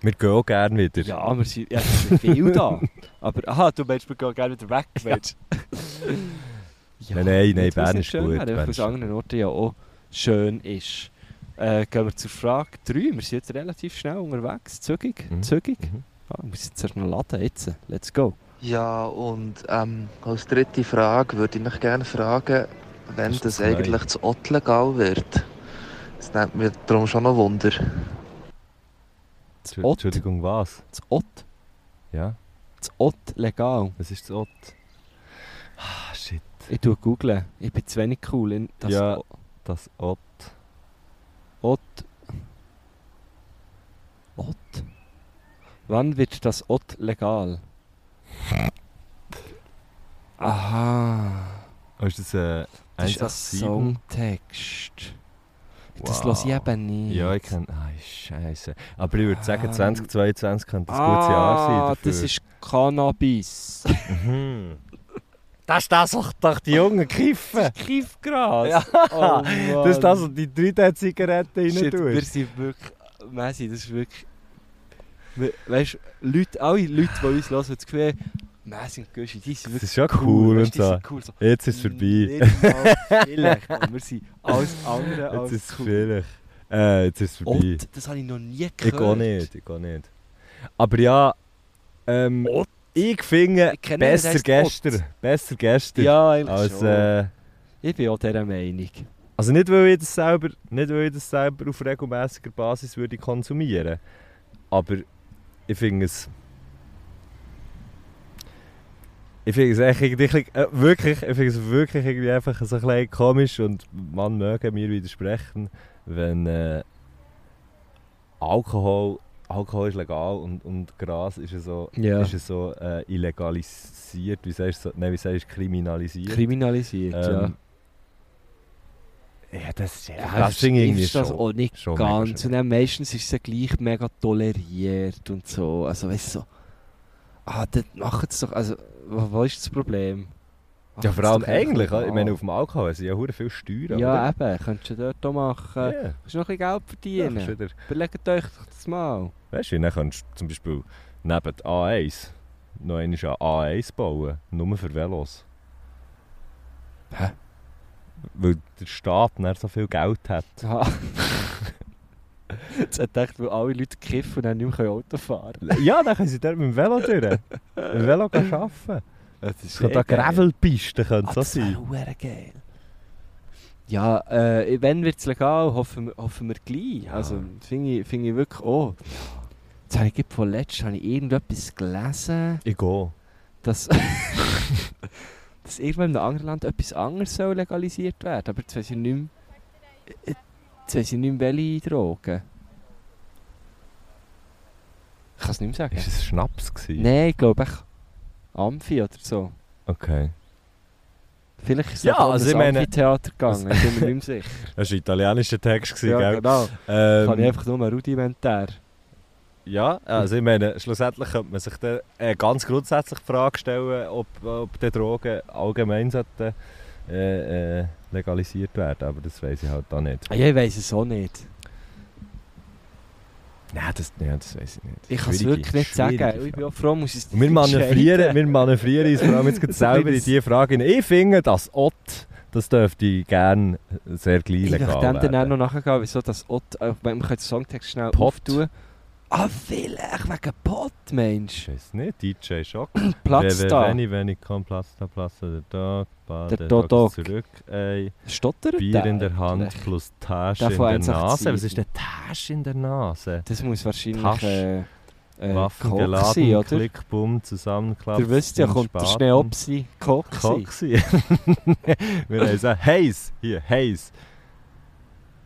S5: wir gehen auch gerne wieder.
S1: ja, wir sind, ja, es ist viel da. Aber, aha, du meinst, wir gehen gerne wieder weg, meinst ja.
S5: Nein, nein, nein,
S1: Nicht, weil es
S5: Bern
S1: nicht
S5: ist
S1: schön
S5: gut.
S1: wäre,
S5: Bern
S1: Weil
S5: ist
S1: es an anderen Orten ja auch schön ist. Äh, gehen wir zur Frage 3. Wir sind jetzt relativ schnell unterwegs, zügig,
S5: Mhm.
S1: zügig.
S5: Mhm.
S1: Ah, ich muss jetzt erst noch laden, jetzt. Let's go.
S2: Ja, und ähm, als dritte Frage würde ich mich gerne fragen, wenn
S5: Das ist
S2: das
S5: neu.
S2: eigentlich das Ottlegau wird. Das nimmt mir darum schon noch Wunder.
S1: Das
S5: Entschu-
S1: Ott,
S5: Entschuldigung, was?
S1: das Ott,
S5: Ja,
S1: das Ott legal.
S5: was ist das Ott? Ah, shit.
S1: Ich tue googlen. Ich bin zu wenig cool. in- Das
S5: Ja.
S1: O-
S5: Das Ott.
S1: Ott. Ott? Wann wird das Ott legal? Aha.
S5: Oh, ist das äh,
S1: Das ist das
S5: 187?
S1: Songtext. Das
S5: Wow.
S1: lasse ich eben nicht.
S5: Ja, ich kann. Ah, Scheiße. Aber ich würde sagen,
S1: Ähm,
S5: 2022 könnte ein gutes Jahr sein.
S1: ah,
S5: Dafür.
S1: das ist Cannabis.
S5: Mhm. Das ist das, was doch die Jungen kiffen.
S1: Kiffgras.
S5: Ja.
S1: Oh,
S5: Das ist das,
S1: Mann.
S5: was die 3D-Zigaretten rein
S1: Shit, Wir
S5: tust.
S1: sind wirklich. Messi, das ist wirklich. We weißt du, Leute, alle Leute, die uns hören, haben das Gefühl, Messi und Göschi, die sind
S5: Das
S1: wirklich
S5: ist ja
S1: cool.
S5: cool
S1: weisst
S5: und
S1: du, die
S5: so.
S1: sind cool. so.
S5: Jetzt ist es vorbei.
S1: Nicht mal vielleicht, Mann, wir sind alles andere als
S5: Jetzt ist es
S1: cool.
S5: vielleicht. Äh, jetzt ist es vorbei.
S1: Ott, das habe ich noch nie gehört.
S5: Ich gehe nicht, ich gehe nicht. Aber ja, ähm,
S1: Ott.
S5: ich finde,
S1: Ich kenne
S5: besser
S1: einen, der heisst
S5: gestern. Besser gestern.
S1: Ja, eigentlich
S5: als,
S1: schon.
S5: äh,
S1: ich bin auch dieser Meinung.
S5: also nicht, weil ich das selber, nicht, weil ich das selber auf regelmäßiger Basis würde konsumieren. Aber ich finde es... Ich finde es echt irgendwie, ein bisschen- äh, wirklich, ich finde es wirklich irgendwie einfach so ein bisschen komisch und man möge mir widersprechen, wenn äh, Alkohol, Alkohol ist legal und, und Gras ist ja so,
S1: Ja.
S5: ist ja so äh, illegalisiert, wie sagst du, so- nein, wie sagst du, kriminalisiert.
S1: Kriminalisiert, ja.
S5: Ähm, ja, das ist ja,
S1: Ja,
S5: das finde ich irgendwie
S1: ist das
S5: schon.
S1: auch nicht
S5: schon mega
S1: ganz. Und
S5: schön.
S1: dann meistens ist es ja gleich mega toleriert und so. Also weißt du, so, ah, dann machen es doch, also wo, wo ist das Problem?
S5: Ja,
S1: Machen's
S5: vor allem
S1: doch
S5: eigentlich,
S1: einfach
S5: ich meine,
S1: mal.
S5: auf dem Alkohol sind ja hure viel Steuern.
S1: Ja,
S5: oder?
S1: eben, könntest du dort auch machen.
S5: ja.
S1: Kannst du noch ein bisschen Geld
S5: ja
S1: verdienen.
S5: kannst wieder,
S1: Überlegt euch doch das mal.
S5: weißt du, dann kannst du zum Beispiel neben der A1 noch eine A1 bauen, nur für Velos.
S1: Hä?
S5: Weil der Staat nicht so viel Geld hat.
S1: Aha. Jetzt hat gedacht, weil alle Leute kiffen und dann nicht mehr Auto fahren können.
S5: Ja, dann können sie dort mit dem Velo durch. mit dem Velo gehen arbeiten.
S1: Das ist
S5: So da Gravelpisten könnte
S1: Ah,
S5: so
S1: das
S5: sein.
S1: wäre hure geil. Ja, äh, wenn wird es legal, hoffen, wir- hoffen wir gleich. Also finde ich, find ich wirklich auch. Jetzt habe ich gerade vorletzt habe ich irgendetwas gelesen,
S5: Ich gehe.
S1: dass, dass irgendwo in einem anderen Land etwas anderes soll legalisiert werden Aber jetzt weiss ich nicht mehr, äh, jetzt weiss ich nicht mehr welche Drogen. Ich kann es nicht mehr sagen.
S5: Ist es Schnaps gewesen?
S1: Nein, ich glaube ich. Amphi oder so.
S5: Okay.
S1: Vielleicht ist es
S5: Ja,
S1: auch
S5: also
S1: also
S5: ich
S1: ins
S5: meine-
S1: Amphitheater gegangen, ich bin mir nicht mehr sicher.
S5: Das war ein italienischer Text, gewesen,
S1: Ja,
S5: gell?
S1: genau.
S5: Ähm,
S1: Kann ich einfach nur rudimentär.
S5: Ja, also ich meine, schlussendlich könnte man sich dann äh, ganz grundsätzlich die Frage stellen, ob, ob die Drogen allgemein sollten, äh, äh, legalisiert werden, aber das weiß ich halt auch nicht.
S1: Ja, ich weiß es auch nicht.
S5: Nein, das, ja, das weiß ich nicht.
S1: Ich kann es
S5: Schwierige-
S1: wirklich nicht
S5: schwierige
S1: sagen. Ich bin auch froh, muss ich es
S5: Und wir manövrieren, wir manövrieren uns vor allem jetzt gerade selber in diese Frage. hinein. Ich finde, das Ott, das dürfte gerne sehr gleich
S1: Ich
S5: legal
S1: werde dem dann auch
S5: werden.
S1: noch nachgehen, wieso das Ott... äh, Man kann den Songtext schnell
S5: Pot.
S1: auftun. Ah, vielleicht wegen Pot, Mensch.
S5: Ich weiß nicht, DJ Schock.
S1: Platz
S5: Wenn-
S1: da.
S5: Wenn ich, wenn ich kann, Platz da, Platz da, der Tag, Bad,
S1: Der
S5: der Tag
S1: Todok.
S5: ist zurück. Ey.
S1: Stottert
S5: Bier
S1: der
S5: in der Hand
S1: eigentlich?
S5: plus Tasche
S1: Der
S5: in
S1: von
S5: der
S1: 187.
S5: Nase. Was ist denn Tasche in der Nase?
S1: Das muss wahrscheinlich...
S5: Tasch.
S1: Äh, äh,
S5: Waffen
S1: Coke
S5: geladen,
S1: sein, oder?
S5: Klick, Bumm, zusammenklappen.
S1: Ihr wisst ja, kommt der Schnee ob sie Koch sein.
S5: Wir haben gesagt, Haze, hier, Haze.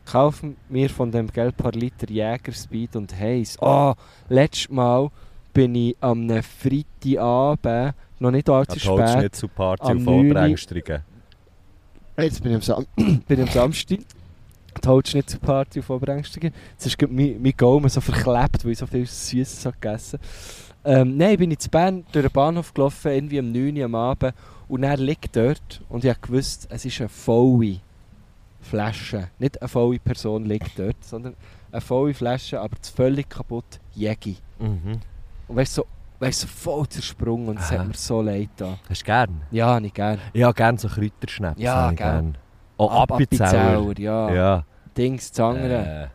S1: Kaufen wir von dem Geld paar Liter Jäger, Speed und Haze. Oh, letztes Mal bin ich am einem Freitagabend, noch nicht allzu
S5: Du holst
S1: spät,
S5: nicht zu Party
S1: Am
S5: auf
S1: Neuni-
S5: Vollbrängstrigen.
S1: Jetzt bin ich am, Sam bin ich am Samstag. Die Holzschnitzelparty auf Oberängstigen. Jetzt ist gerade mein, mein Gaumen so verklebt, weil ich so viel Süßes habe gegessen ähm, Nein, bin ich zu Bern durch den Bahnhof gelaufen, irgendwie um 9 Uhr am Abend. Und er liegt dort und ich habe gewusst, es ist eine volle Flasche. Nicht eine volle Person liegt dort, sondern eine volle Flasche, aber das völlig kaputt, Jägi.
S5: Mhm.
S1: Und weißt du, so, weißt, du, so voll zersprungen und es
S5: Aha.
S1: hat mir so leid da.
S5: Hast du gern?
S1: Ja, nicht gern.
S5: Ja, gern so Kräuterschnaps.
S1: Ja,
S5: habe ich
S1: gern.
S5: gern. Oh, Appenzeller.
S1: Appenzeller, ja.
S5: Ja.
S1: Dings, Zangere.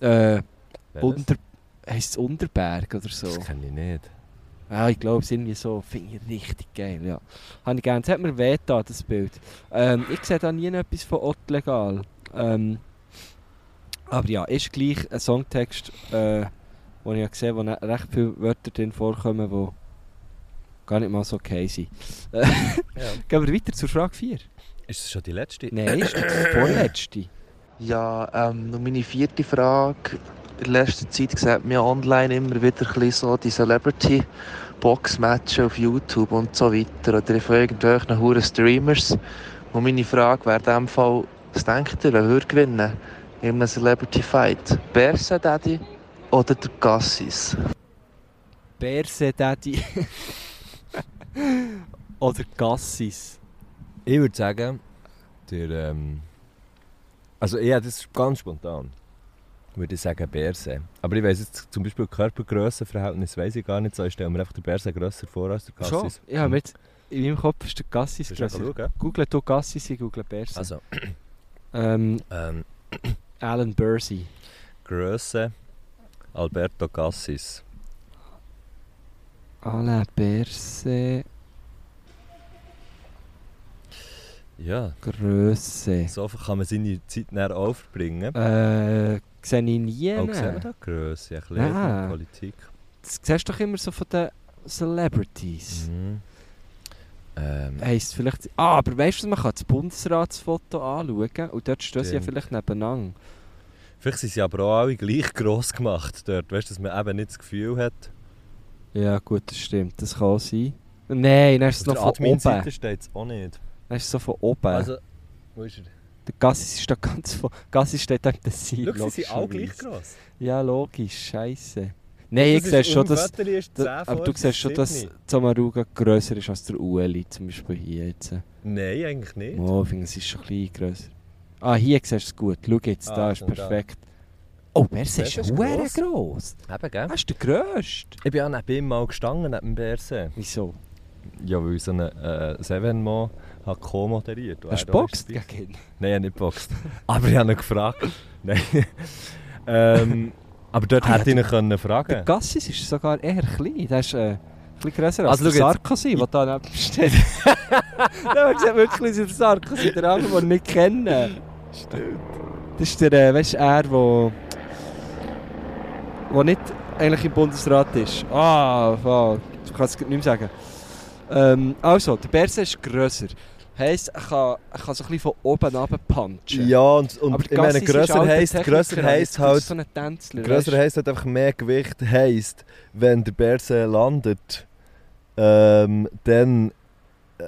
S5: Äh,
S1: Äh,
S5: welches?
S1: Unter, heisst es Unterberg oder so?
S5: Das kenne ich nicht.
S1: Ja, ich glaube, es ist irgendwie so. Finde ich richtig geil, ja. Habe ich gerne. Es hat mir weh getan, das Bild. Ähm, ich sehe da nie etwas von Ott legal. Ähm, Aber ja, ist gleich ein Songtext, äh, wo ich ja gesehen habe, wo ne- recht viele Wörter drin vorkommen, die gar nicht mal so okay sind. Äh,
S5: Ja.
S1: Gehen wir weiter zur Frage 4.
S5: Ist das schon die letzte?
S1: Nein, ist das die vorletzte.
S2: Ja, ähm, und meine vierte Frage. In letzter Zeit sieht man ja online immer wieder ein bisschen so die Celebrity-Box-Matches auf YouTube und so weiter. Oder von irgendwelchen huren Streamers. Und meine Frage wäre in dem Fall, was denkt ihr, wer würde gewinnen in einem Celebrity-Fight? Bersa Daddy oder der Gassis?
S1: Berse Daddy. Oder Gassis.
S5: Ich würde sagen, der. Ähm, also, ja, das ist ganz spontan. Würde ich sagen, Bärse. Aber ich weiß jetzt zum Beispiel Körpergrössenverhältnis weiß ich gar nicht so. Ich stelle mir einfach den Bärse grösser vor als der
S1: Schon?
S5: Kassis.
S1: Ja, aber jetzt, in meinem Kopf ist der Gassis
S5: Kannst du mal
S1: grösser.
S5: schauen?
S1: Google du Gassis, ich google Berse.
S5: Also,
S1: Ähm,
S5: ähm,
S1: Alan Bersi.
S5: Grösse Alberto Cassis.
S1: Alain Berse
S5: Ja,
S1: Grösse.
S5: so kann man seine Zeit näher auch verbringen.
S1: Äh, sehe ich nie.
S5: Auch
S1: ne?
S5: sehen wir da Grösse, ein bisschen
S1: Ah.
S5: Politik.
S1: Das siehst du doch immer so von den Celebrities.
S5: Mhm. Ähm,
S1: Heisst vielleicht... Ah, aber weißt du, man kann das Bundesratsfoto anschauen und dort stehen sie ja
S5: Stimmt.
S1: vielleicht nebeneinander.
S5: vielleicht sind sie aber auch alle gleich gross gemacht dort. Weißt du, dass man eben nicht das Gefühl hat.
S1: Ja gut, das stimmt. Das kann auch sein. Nein, dann ist es noch
S5: Auf der
S1: von oben. Dann
S5: Admin-Seite steht es auch nicht.
S1: ist es so von oben.
S5: Also, wo ist er?
S1: der Gassi ist da ganz von... Gassi steht dort das Sein.
S5: Schau, sie sind alle gleich
S1: logischerweise.
S5: gross.
S1: Ja, logisch. Scheiße. Nein, ich sehe schon, dass...
S5: Vetteli ist 10
S1: Da, aber
S5: vor
S1: du siehst schon, dass
S5: 7.
S1: Samaruga grösser ist als der Ueli, zum Beispiel hier jetzt.
S5: Nein, eigentlich nicht.
S1: Oh, ich finde, es ist schon ein bisschen grösser. Ah, hier siehst du es gut. Schau jetzt,
S5: Ah,
S1: da ist
S5: schon da.
S1: perfekt. Oh, Berse ist
S5: Berse ist
S1: sehr
S5: gross.
S1: gross.
S5: Eben, gell?
S1: Das ist der grösste.
S5: Ich bin auch neben ihm mal gestanden, neben dem Berse.
S1: Wieso?
S5: Ja, weil so ein äh, Seven-Mo hat co-moderiert.
S1: Hast du geboxt gegen ihn?
S5: Nein, ich habe nicht geboxt. Aber ich habe ihn gefragt. Nein. ähm, aber dort
S1: Ah,
S5: hätte ich ihn können
S1: Der
S5: fragen
S1: Gassis ist sogar eher klein. Der ist äh, ein bisschen grösser als
S5: Also,
S1: der
S5: schau jetzt.
S1: Sarkozy, der da neben steht. Nein, wir sehen wirklich der Sarkozy, der andere, den wir nicht kennen.
S5: Stimmt.
S1: Das ist der, äh, weißt du, er, der... der nicht eigentlich im Bundesrat ist. Ah, fuck. Ich kann es nicht mehr sagen. Ähm, also, der Berse ist grösser. Heisst, er kann, er kann so ein bisschen von oben runter punchen.
S5: Ja, und, und
S1: Aber
S5: ich meine, grösser heisst, grösser heisst halt...
S1: So ein Tänzler,
S5: Grösser
S1: weisst
S5: heisst halt einfach mehr Gewicht heisst, wenn der Bärse landet, ähm, dann, äh,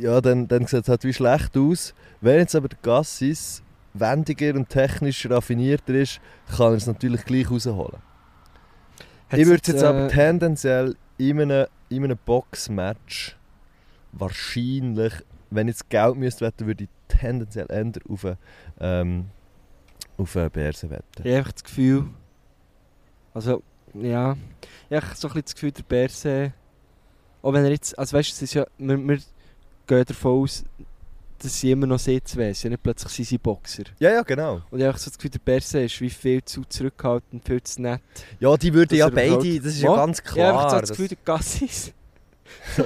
S5: ja, dann, dann sieht es halt wie schlecht aus. Wenn jetzt aber der Gassis wendiger und technisch raffinierter ist, kann er es natürlich gleich rausholen.
S1: du.
S5: ich würde
S1: Hat's
S5: es jetzt
S1: äh,
S5: aber tendenziell in einem, in einem Boxmatch wahrscheinlich, wenn ich jetzt Geld müsste wetten, würde ich tendenziell eher auf einen, ähm, auf einen Bärse wetten.
S1: Ich habe einfach das Gefühl. Also, ja. Ich habe so ein bisschen das Gefühl, der Berse. Auch wenn er jetzt. Also, weißt du, es ist ja. Wir, wir gehen davon aus, dass sie immer noch sie zwei sind. Nicht plötzlich sind sie Boxer.
S5: Ja, ja, genau.
S1: Und ich habe so das Gefühl, der Berse ist wie viel zu zurückhaltend, viel zu nett.
S5: Ja, die würden
S1: Dass
S5: ja
S1: er
S5: beide,
S1: überhaupt-
S5: das ist ja
S1: Mal,
S5: ganz
S1: ich habe einfach
S5: klar.
S1: so
S5: dass-
S1: das Gefühl, der Gassis. so,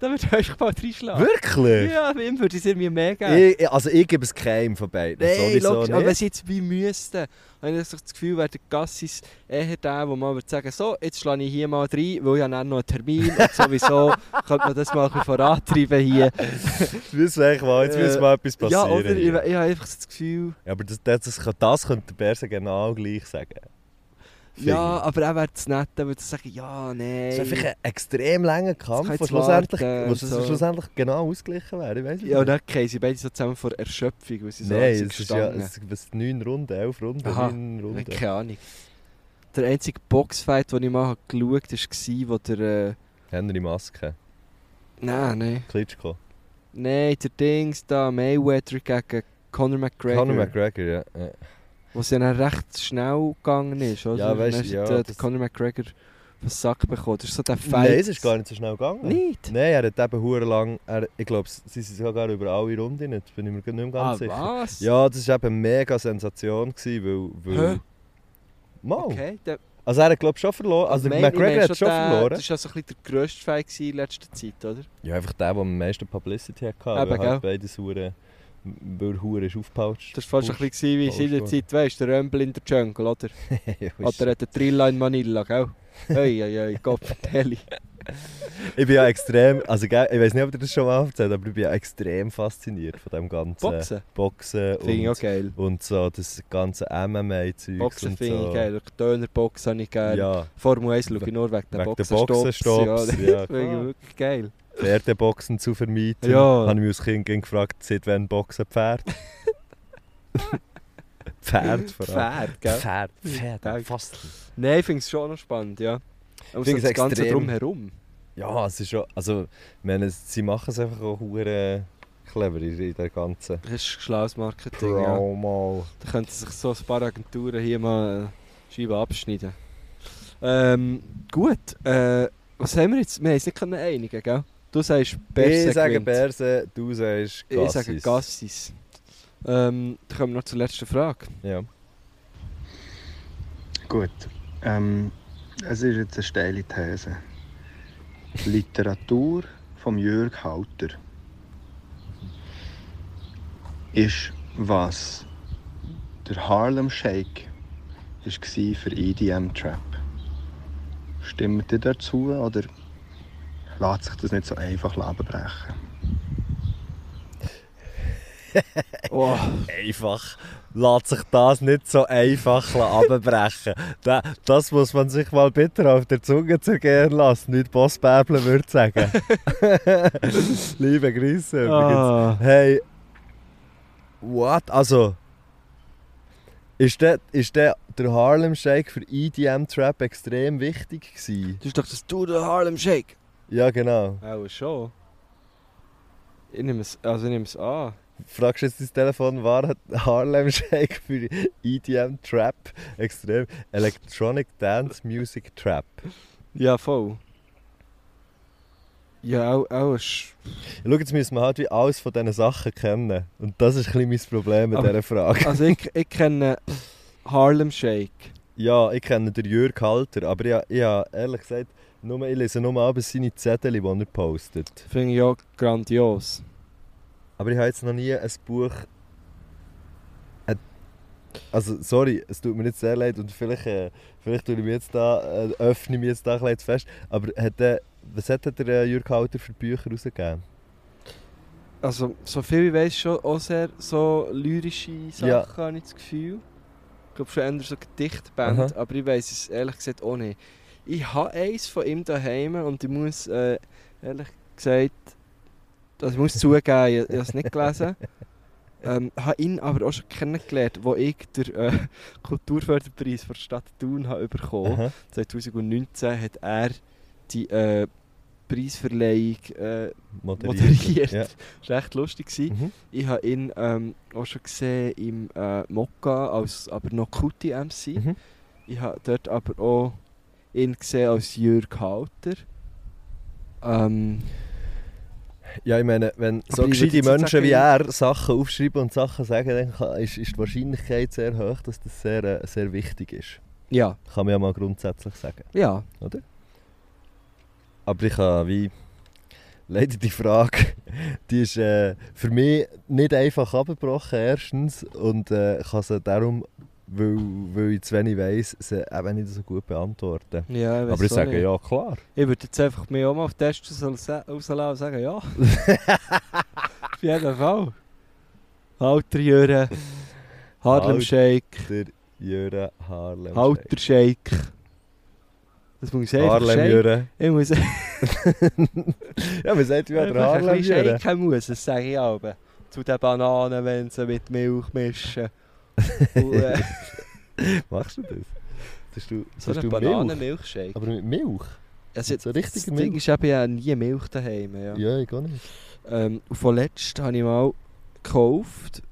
S1: da würde ich euch mal reinschlagen.
S5: Wirklich?
S1: Ja, wie immer würde ich es mir mehr geben.
S5: Ich, also ich gebe es keinem von beiden,
S1: Nein,
S5: sowieso
S1: logisch, Oh, aber wenn
S5: nicht.
S1: sie jetzt wie müssten, habe ich das Gefühl, wäre der Gassis eher der, wo man würde sagen, so, jetzt schlage ich hier mal rein, weil ich habe dann noch einen Termin und sowieso könnte man das mal ein bisschen vorantreiben hier.
S5: Jetzt müssen wir eigentlich mal, jetzt
S1: Äh,
S5: müssen mal etwas
S1: ja,
S5: passieren.
S1: oder? Ich, ich
S5: hier.
S1: habe einfach so das Gefühl,
S5: Ja, aber das, das, das, kann- das könnte der Berse genau gleich sagen. Finde
S1: ja, aber er wäre das Nette, würde sagen, ja,
S5: ich. Es wäre
S1: nein.
S5: vielleicht ein extrem langer
S1: kann
S5: Kampf,
S1: jetzt
S5: der schlussendlich,
S1: warten,
S5: wo es
S1: so.
S5: schlussendlich genau ausgeglichen wäre. Ich weiß
S1: eh, Ja, und dann gehen sie beide so zusammen vor Erschöpfung, weil sie so
S5: Nein,
S1: sind
S5: es ist ja
S1: gestanden.
S5: es sind neun Runden, elf Runden,
S1: Aha.
S5: neun Runden.
S1: Keine Ahnung. Der einzige Boxfight, den ich mal geschaut habe, war, wo der... Äh,
S5: Henry Maske,
S1: nein, nein.
S5: Klitschko.
S1: Nein, der Dings da, Mayweather gegen Conor McGregor.
S5: Conor McGregor, ja. Eh, ja.
S1: Was ja dann recht schnell gegangen ist, oder?
S5: Ja, weisst
S1: Dann hast
S5: du, ja,
S1: du, äh,
S5: das-
S1: Conor McGregor auf den Sack bekommen. Das ist so der Fight.
S5: Nein, es ist gar nicht so schnell gegangen.
S1: Nicht?
S5: Nein, er hat eben hure lang. Er, ich glaube, sie sind sogar über alle Runden nicht. Bin ich mir grad nicht mehr ganz
S1: Ah,
S5: sicher.
S1: was?
S5: Ja, das war eben eine mega Sensation, gewesen, weil. weil
S1: Hä?
S5: Mal.
S1: Okay, der,
S5: Also, er hat, glaube schon verloren. Also,
S1: ich meine- ich
S5: McGregor
S1: meine
S5: hat schon
S1: der,
S5: verloren.
S1: Das war ja so ein bisschen der grösste Fight gewesen in letzter Zeit, oder?
S5: Ja, einfach der, der am meisten Publicity hatte.
S1: Eben,
S5: weil halt
S1: gell?
S5: beides hure weil der Huren ist aufgepauscht.
S1: Das war fast ein bisschen wie in
S5: Bullshit.
S1: seiner Zeit, weißt du, der Römbel in der Jungle, oder? Oder der Trilla in Manila, gell? Ei, ei, ei, Gott vertelle.
S5: ich bin ja extrem, also gell, ich weiß nicht, ob ihr das schon mal erzählt habt, aber ich bin ja extrem fasziniert von dem ganzen
S1: Boxen
S5: Boxen
S1: finde ich
S5: und,
S1: auch geil.
S5: und so das ganze MMA-Zeug.
S1: Boxen
S5: und
S1: finde
S5: so.
S1: ich geil. Dönerboxen habe ich gerne.
S5: Ja,
S1: Formel 1 schaue ich nur wegen den
S5: wegen der Ah.
S1: Boxenstopps.
S5: Boxenstopps.
S1: Ja,
S5: Ja,
S1: das finde ich wirklich geil.
S5: Pferdeboxen zu vermeiden.
S1: Ja.
S5: Habe ich mich als Kind gern gefragt, seit wann Boxen Pferd? Pferd vor allem.
S1: Pferd, gell?
S5: Pferd,
S1: Geil.
S5: Pferd, fast.
S1: Nein, ich finde es schon noch spannend, ja. Aber so
S5: Find's
S1: das Ganze
S5: extrem.
S1: drumherum.
S5: Ja, es ist schon, also, ich meine, es- sie machen es einfach auch hure clever in in der ganzen
S1: Das ist schlaues Marketing, ja.
S5: Promo.
S1: Da könnten sich so ein paar Agenturen hier mal äh, Scheiben abschneiden. Ähm, gut, äh, was haben wir jetzt? Wir haben uns nicht können einigen, gell? Du sagst Berse
S5: Ich sage
S1: gewinnt.
S5: Berse, du sagst Gassis.
S1: Ich sage Gassis. Ähm, dann kommen wir noch zur letzten Frage.
S5: Ja.
S6: Gut, ähm, es ist jetzt eine steile These. Literatur von Jörg Halter ist, was der Harlem Shake war für EDM Trap. Stimmt ihr dazu oder lässt sich das nicht so einfach abbrechen?
S1: Oh,
S5: Einfach. Lässt sich das nicht so einfach abbrechen. Da, das muss man sich mal bitter auf der Zunge zergehen lassen. Nicht Boss Bäble würde sagen. Liebe Grüße übrigens.
S1: ah.
S5: Hey. What? Also. Ist der, ist der, der Harlem Shake für EDM Trap extrem wichtig gewesen?
S1: Du hast doch das Du der Harlem Shake.
S5: Ja, genau.
S1: Auch schon. Ich nehme es, also ich nehme es an.
S5: Fragst du jetzt dein Telefon, war hat Harlem Shake für EDM Trap extrem Electronic Dance Music Trap?
S1: Ja, voll. Ja, auch, auch sch-
S5: Schau, jetzt müssen wir halt wie alles von diesen Sachen kennen. Und das ist ein bisschen mein Problem mit
S1: Aber-
S5: dieser Frage.
S1: Also ich, ich kenne eh, Harlem Shake.
S5: Ja, ich kenne den Jörg Halter, aber ich, ich habe ehrlich gesagt, nur, ich lese nur abends seine Zettel, die er postet.
S1: Finde ich auch grandios.
S5: Aber ich habe jetzt noch nie ein Buch. ein- Also, sorry, es tut mir jetzt sehr leid und vielleicht, äh, vielleicht tue ich mich jetzt da, äh, öffne ich mich jetzt da ein bisschen zu fest. Aber hat, äh, was hat der äh, Jürg Halter für Bücher rausgegeben?
S1: Also, so viel ich weiß, schon auch sehr so lyrische Sachen,
S5: Ja.
S1: habe ich das Gefühl. Ich glaube schon eher so Gedichtband, aber ich weiß es ehrlich gesagt auch nicht. Ich habe eins von ihm daheim und ich muss äh, ehrlich gesagt, also ich muss zugeben, ich, ich habe es nicht gelesen. ähm, habe ihn aber auch schon kennengelernt, wo ich den äh, Kulturförderpreis von der Stadt Thun habe bekommen
S5: Aha.
S1: 2019 hat er die äh, Preisverleihung äh,
S5: Moderiert.
S1: moderiert.
S5: Ja.
S1: Das war recht lustig. Gewesen.
S5: Mhm.
S1: Ich habe ihn ähm, auch schon gesehen im äh, Mokka, als aber noch Kuti MC.
S5: Mhm.
S1: Ich habe dort aber auch ihn gesehen als Jürg Halter. Ähm,
S5: Ja, ich meine, wenn so
S1: Aber ich würde
S5: gescheite
S1: jetzt nicht
S5: Menschen wie
S1: sagen,
S5: er Sachen aufschreiben und Sachen sagen, dann kann- ist, ist die Wahrscheinlichkeit sehr hoch, dass das sehr, äh, sehr wichtig ist.
S1: ja,
S5: Kann man ja mal grundsätzlich sagen.
S1: ja.
S5: Aber ich habe wie. Leider die Frage, die ist äh, für mich nicht einfach abgebrochen, erstens. Und äh, ich kann sie darum, weil, weil ich zu wenig weiss, sie eben nicht so gut beantworten.
S1: ja
S5: Aber ich sage ja, klar.
S1: Ich würde jetzt einfach mich auch mal auf den Test rauslassen und sagen, ja. auf jeden Fall. Halter Jürgen, Harlem
S5: Halt-
S1: Shake,
S5: Der Jürgen Harlem.
S1: Halter Shake. Das muss ich
S5: Shake.
S1: einfach
S5: Harlem
S1: Shake.
S5: Jürgen.
S1: Ich muss
S5: Ja, man sagt ja, der
S1: einfach ein
S5: Harlem
S1: bisschen
S5: Jürgen.
S1: shaken eh muss, das sage ich aber. Zu den Bananen, wenn sie mit Milch mischen. Und, äh,
S5: Machst du das? Das hast du, das
S1: so
S5: hast
S1: einen
S5: du Milch.
S1: Bananenmilchshake.
S5: Aber mit Milch?
S1: Also,
S5: so
S1: das
S5: richtiger
S1: Ding ist
S5: Milch?
S1: eben, ich habe nie Milch daheim. Ja.
S5: Ja, ich gar nicht.
S1: Ähm, und vorletzt habe ich mal gekauft,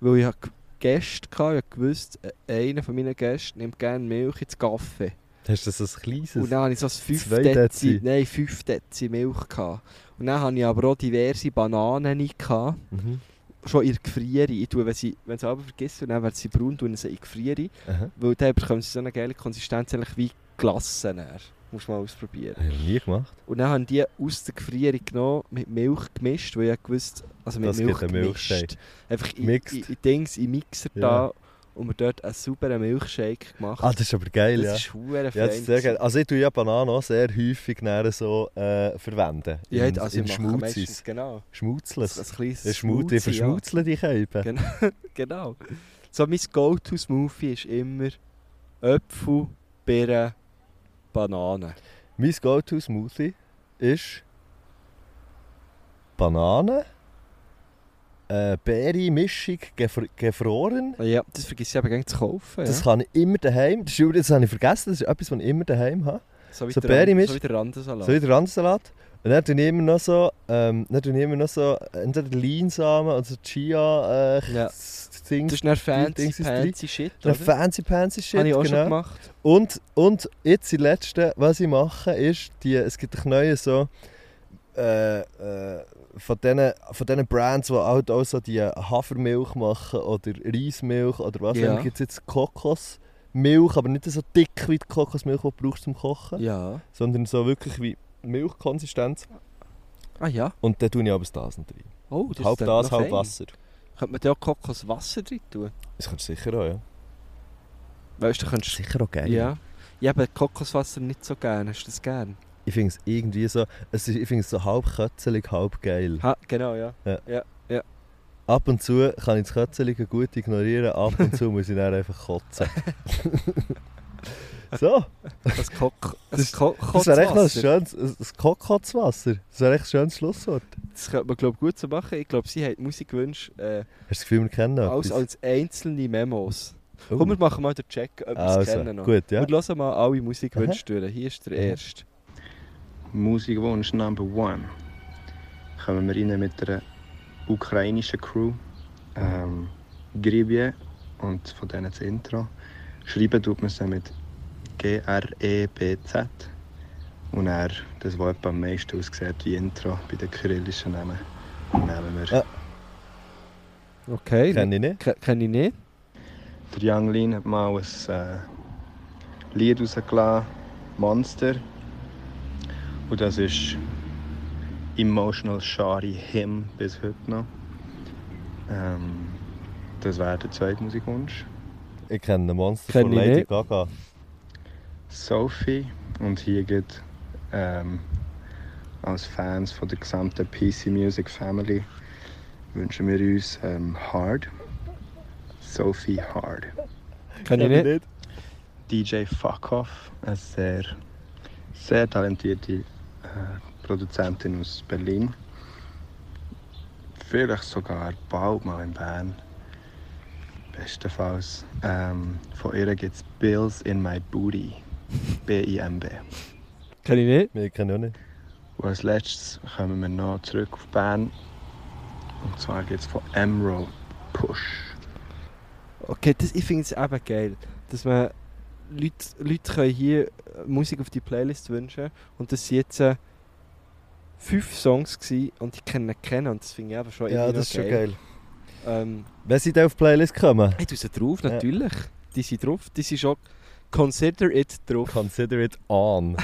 S1: weil ich hab Gäste hatte. Ich hab gewusst, äh, einer von meinen Gästen nimmt gerne Milch ins Kaffee.
S5: Hast du das als kleines?
S1: Und dann habe ich so ein 5
S5: Zwei
S1: Dezi,
S5: Dezi.
S1: Nein, 5 Dezi Milch. Gehabt. Und dann hatte ich aber auch diverse Bananen. Gehabt.
S5: Mhm.
S1: Schon in der Gefriere. Ich tue, wenn, sie, wenn sie aber vergisst, und dann werden sie braun, tue ich sie in die Gefriere.
S5: Aha.
S1: Weil dann bekommen sie so eine geile Konsistenz, eigentlich wie Glassen. dann. Musst du mal ausprobieren.
S5: Habe ich noch nie gemacht.
S1: Und dann haben die aus der Gefrierung genommen, mit Milch gemischt, weil ich gewusst also mit
S5: Das
S1: Milch
S5: gibt einen
S1: gemischt.
S5: Milchshake.
S1: Einfach in,
S5: Mixed.
S1: in, in Dings, in Mixer
S5: Ja.
S1: da und wir dort einen sauberen Milchshake gemacht.
S5: Ah, das ist aber geil,
S1: das
S5: ja.
S1: ist verdammt
S5: Ja, das ist sehr geil. Also ich tue ja Bananen auch sehr häufig nachher so äh, verwenden.
S1: Ja,
S5: Im-
S1: also
S5: Im
S1: ich mache meistens,
S5: Schmutzis.
S1: genau.
S5: Schmutzles.
S1: Ein kleines
S5: Ich schmutze, ich
S1: Smoothie, ja.
S5: verschmutzle dich eben.
S1: Genau. So mein Go-To-Smoothie ist immer Äpfel, Birnen, Bananen.
S5: Mein Go-To-Smoothie ist Banane, äh, Beere-Mischung gefr gefroren.
S1: Ja, das vergisst ich aber gerne zu kaufen.
S5: Das
S1: ja.
S5: kann ich immer daheim. Das, ist übrigens- das habe ich vergessen, das ist etwas, was ich immer daheim habe.
S1: So wie
S5: so
S1: der Rand-
S5: Beeren
S1: So wie
S5: misch-
S1: der Randensalat.
S5: So wie der Randsalat. Und dann tue ich immer noch so, ähm, dann tue ich immer noch so entweder Leinsamen oder so Chia äh,
S1: Ja.
S5: Dings.
S1: das ist dann fancy,
S5: Dings ist
S1: fancy Shit, oder?
S5: Oder? Fancy Pansy Shit,
S1: Habe ich auch schon
S5: genau.
S1: gemacht.
S5: Und, und jetzt im letzten, was ich mache, ist, die, es gibt einen neuen so äh, äh, von diesen von diesen Brands, die halt auch so die Hafermilch machen oder Reismilch oder was auch
S1: Ja.
S5: immer, gibt es jetzt Kokosmilch, aber nicht so dick wie die Kokosmilch, die du brauchst zum Kochen,
S1: Ja.
S5: sondern so wirklich wie Milchkonsistenz.
S1: Ah ja.
S5: Und dann tue ich aber das Dasen drin.
S1: Oh, das
S5: halb
S1: ist dann
S5: das,
S1: noch
S5: halb
S1: fein.
S5: Wasser.
S1: Könnte man da auch Kokoswasser drin tun?
S5: Das kannst du sicher auch, ja.
S1: Weißt du, du könntest...
S5: Sicher auch geil.
S1: Ja. Ich habe Kokoswasser nicht so gerne. Hast du das gern?
S5: Ich finde es irgendwie so, es ist, ich finde es so halb kötzelig, halb geil.
S1: Ha, genau, ja.
S5: Ab und zu kann ich das Kötzchen gut ignorieren, ab und zu muss ich dann einfach kotzen. so,
S1: Das Kok... Das
S5: ist-
S1: Kokoswasser.
S5: das wäre echt noch ein schönes ein- ein Kokotzwasser. Das wäre echt ein schönes Schlusswort.
S1: Das könnte man, glaube ich, gut so machen. Ich glaube, sie hat Musikwünsche äh,
S5: Hast du das Gefühl, wir kennen noch
S1: als,
S5: etwas?
S1: als einzelne Memos.
S5: Oh.
S1: Komm, wir machen mal den Check, ob wir es
S5: also,
S1: kennen noch.
S5: gut, ja.
S1: Wir hören mal alle Musikwünsche durch. Hier ist der
S5: Aha.
S1: erste.
S6: Musikwunsch Number One. Kommen wir rein mit einer ukrainischen Crew. Ähm, Gribje und von denen das Intro. Schreiben tut man sie mit G-R-E-B-Z. Und er, das, was etwa am meisten aussieht wie Intro bei den kyrillischen Namen, nehmen wir.
S5: Ah.
S1: Okay.
S5: Kenne ich nicht.
S1: Ke- Kenne ich nicht.
S6: Der Young Lean hat mal ein äh, Lied rausgelassen, Monster. Und das ist Emotional Shari Him bis heute noch. Ähm, das wäre der zweite Musikwunsch.
S5: Ich kenne den Monster
S1: Kenne
S5: von
S1: ich
S5: Lady
S1: nicht.
S5: Gaga.
S6: Sophie und hier geht ähm, als Fans von der gesamten PC Music Family wünschen wir uns ähm, Hard. Sophie Hard.
S1: Kenne ich nicht.
S6: DJ Fuckoff, eine sehr, sehr talentierte äh, Produzentin aus Berlin. Vielleicht sogar bald mal in Bern. Bestenfalls. Ähm, von ihr gibt es Bills in My Booty. B-I-M-B.
S1: Kenne ich nicht.
S5: Ich kenne auch nicht.
S6: Und als letztes kommen wir noch zurück auf Bern. Und zwar gibt es von Emerald Push.
S1: Okay, das, ich finde es eben geil, dass man Leute, Leute können hier äh, Musik auf die Playlist wünschen und das sind jetzt äh, fünf Songs gewesen, und ich kenne kennen und das finde ich eben schon
S5: Ja,
S1: irgendwie
S5: das ist
S1: noch
S5: schon geil.
S1: Ähm,
S5: Wenn sie da auf die Playlist kommen,
S1: hey, du sind drauf,
S5: Ja.
S1: natürlich. Die sind drauf, die sind schon Consider It drauf.
S5: consider it on.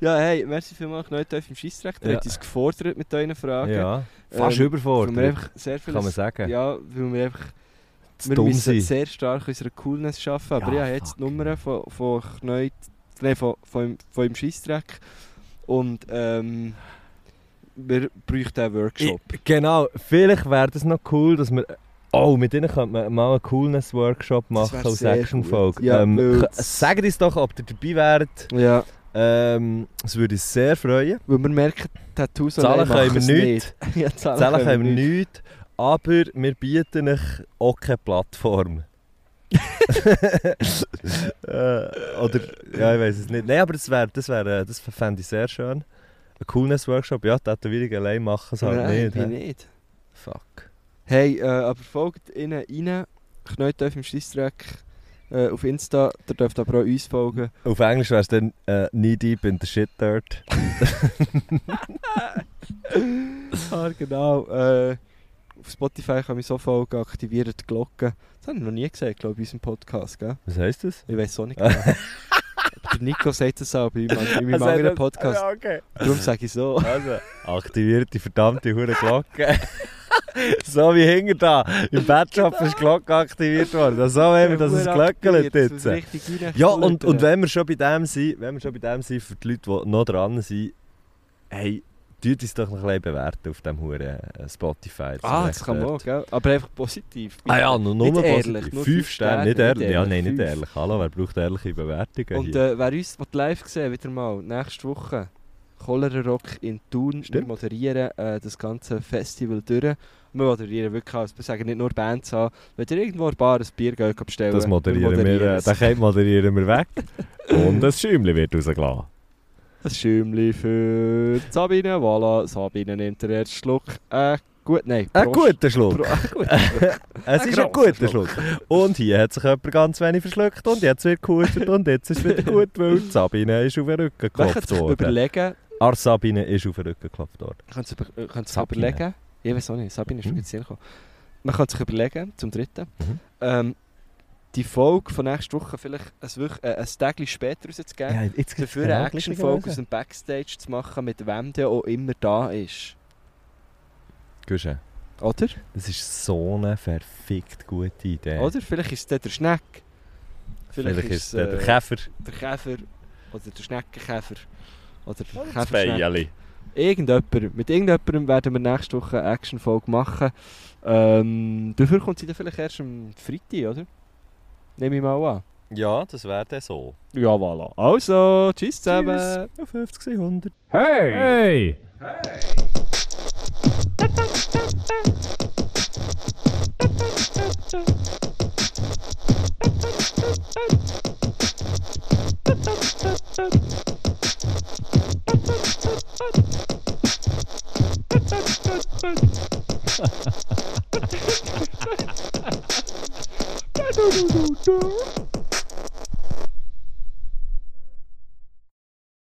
S1: Ja, hey, merci vielmals, Knut im Scheissrecht. Ihr
S5: Ja.
S1: habt uns gefordert mit euren Fragen.
S5: Ja, fast
S1: Ähm, Weil wir
S5: überfordert,
S1: einfach sehr viel...
S5: kann man sagen.
S1: Ja, weil wir einfach...
S5: Zu
S1: wir
S5: dumm
S1: müssen
S5: sein.
S1: sehr stark unsere Coolness schaffen, aber
S5: Ja,
S1: ich habe jetzt die Nummern von, von Kneut, nein, von, von, von dem Scheissdreck und ähm, wir bräuchten einen Workshop.
S5: Ich- Genau, vielleicht wäre das noch cool, dass wir. Oh, mit ihnen könnte man mal einen Coolness-Workshop
S1: Das
S5: machen
S1: wär
S5: als
S1: sehr
S5: Action-Folge.
S1: gut. Ja,
S5: ähm,
S1: weil
S5: k-
S1: das-
S5: sagt uns doch, ob ihr dabei wärt.
S1: Ja,
S5: Ähm, das würde uns sehr freuen.
S1: weil wir merken, Tattoos
S5: Zahlen
S1: allein machen
S5: können wir
S1: es
S5: nicht.
S1: nicht. ja, Zahlen,
S5: Zahlen können wir nicht. Aber wir bieten euch auch keine Plattform. äh, oder, ja, ich weiß es nicht. Nein, aber das wäre, das wäre, das fände ich sehr schön. Ein Coolness-Workshop, ja, Tätowierung allein machen es halt
S1: Nein,
S5: nicht.
S1: wie
S5: hä?
S1: nicht.
S5: Fuck.
S1: Hey, äh, aber folgt ihnen rein, Kneut im Scheissdreck äh, auf Insta, ihr dürft aber auch uns folgen.
S5: Auf Englisch wär's dann äh, knee deep in the shit dirt.
S1: Ah, genau. Äh, auf Spotify kann man so folgen, aktivieren die Glocke. Das habe ich noch nie gesehen, glaube ich, in unserem Podcast, gell?
S5: Was heisst das?
S1: Ich weiß auch nicht. Der Nico sagt das auch bei meinem, in meinem
S5: Also,
S1: anderen
S5: das-
S1: Podcast.
S5: Ja, okay.
S1: Darum sage ich so.
S5: Also, aktiviert die verdammte hure Glocke. so wie hinter da. Im Bettshop
S1: Genau.
S5: ist die Glocke aktiviert worden. Also So wollen wir, dass es glöckelt jetzt. Ja, und, und wenn wir schon bei dem sind, wenn wir schon bei dem sind, für die Leute, die noch dran sind, hey, tut uns doch noch ein bisschen bewerten auf dem Huren äh, Spotify. Das
S1: Ah,
S5: haben wir
S1: das kann man
S5: gehört.
S1: auch, gell? Aber einfach positiv.
S5: Ah ja, nur, nur
S1: Nicht
S5: positiv.
S1: ehrlich, nur
S5: fünf Sterne, nicht ehrlich. Ja, nein, nicht
S1: fünf.
S5: ehrlich. Hallo, wer braucht ehrliche Bewertungen
S1: Und
S5: hier?
S1: äh, wer uns will live sehen wieder mal, nächste Woche, Cholera Rock in Thun. Wir
S5: Stimmt.
S1: moderieren äh, das ganze Festival durch. Wir moderieren wirklich alles. Wir sagen nicht nur Bands an. Wenn ihr irgendwo in der Bar ein Bier geht, bestellen
S5: Das moderieren wir, äh,
S1: es.
S5: den Käse moderieren wir weg. Und ein Schäumchen wird rausgelassen.
S1: Ein Schäumchen für Sabine. Voilà, Sabine nimmt den ersten Schluck. Äh, gut, nein.
S5: Ein
S1: Prost.
S5: guter Schluck.
S1: Pro- äh, Ein
S5: Äh,
S1: guter
S5: Es ist ein
S1: grosser
S5: guter Schluck. Und hier hat sich jemand ganz wenig verschluckt und jetzt wird gehustet und jetzt ist wieder gut, weil die Sabine ist auf den Rücken geklopft
S1: Schluck.
S5: worden.
S1: Überlegen.
S5: Ar Sabine ist auf den Rücken geklopft worden.
S1: Könnt ihr über- äh, könnt ihr sich
S5: Sabine.
S1: überlegen? Ich weiß auch nicht, Sabine ist
S5: Mhm.
S1: wirklich sehr gekommen. Man kann sich überlegen, zum dritten.
S5: Mhm.
S1: Ähm, die Folge von nächster Woche vielleicht ein, Wöch- äh, ein Tag später rauszugeben.
S5: Ja, jetzt gibt's
S1: Dafür
S5: genau
S1: einen
S5: das Gleiche
S1: Action-Folge aus
S5: gelesen.
S1: dem Backstage zu machen, mit wem der auch immer da ist.
S5: Guschen,
S1: Oder?
S5: Das ist so eine verfickt gute Idee.
S1: Oder? Vielleicht ist es dann der Schneck.
S5: Vielleicht, ist es
S1: äh,
S5: der Käfer.
S1: der Käfer. Oder der Schneckenkäfer. Oder der
S5: Das
S1: Käferschneck.
S5: Beijeli.
S1: Irgendjemand. Mit irgendjemandem werden wir nächste Woche eine Action-Folge machen. Ähm, dafür kommt sie dann vielleicht erst am Freitag, oder? Nehme ich mal an.
S5: Ja, das wäre dann so.
S1: Ja, voilà. Also, tschüss zusammen.
S5: Auf 50, 100.
S7: Hey!
S8: do do do do.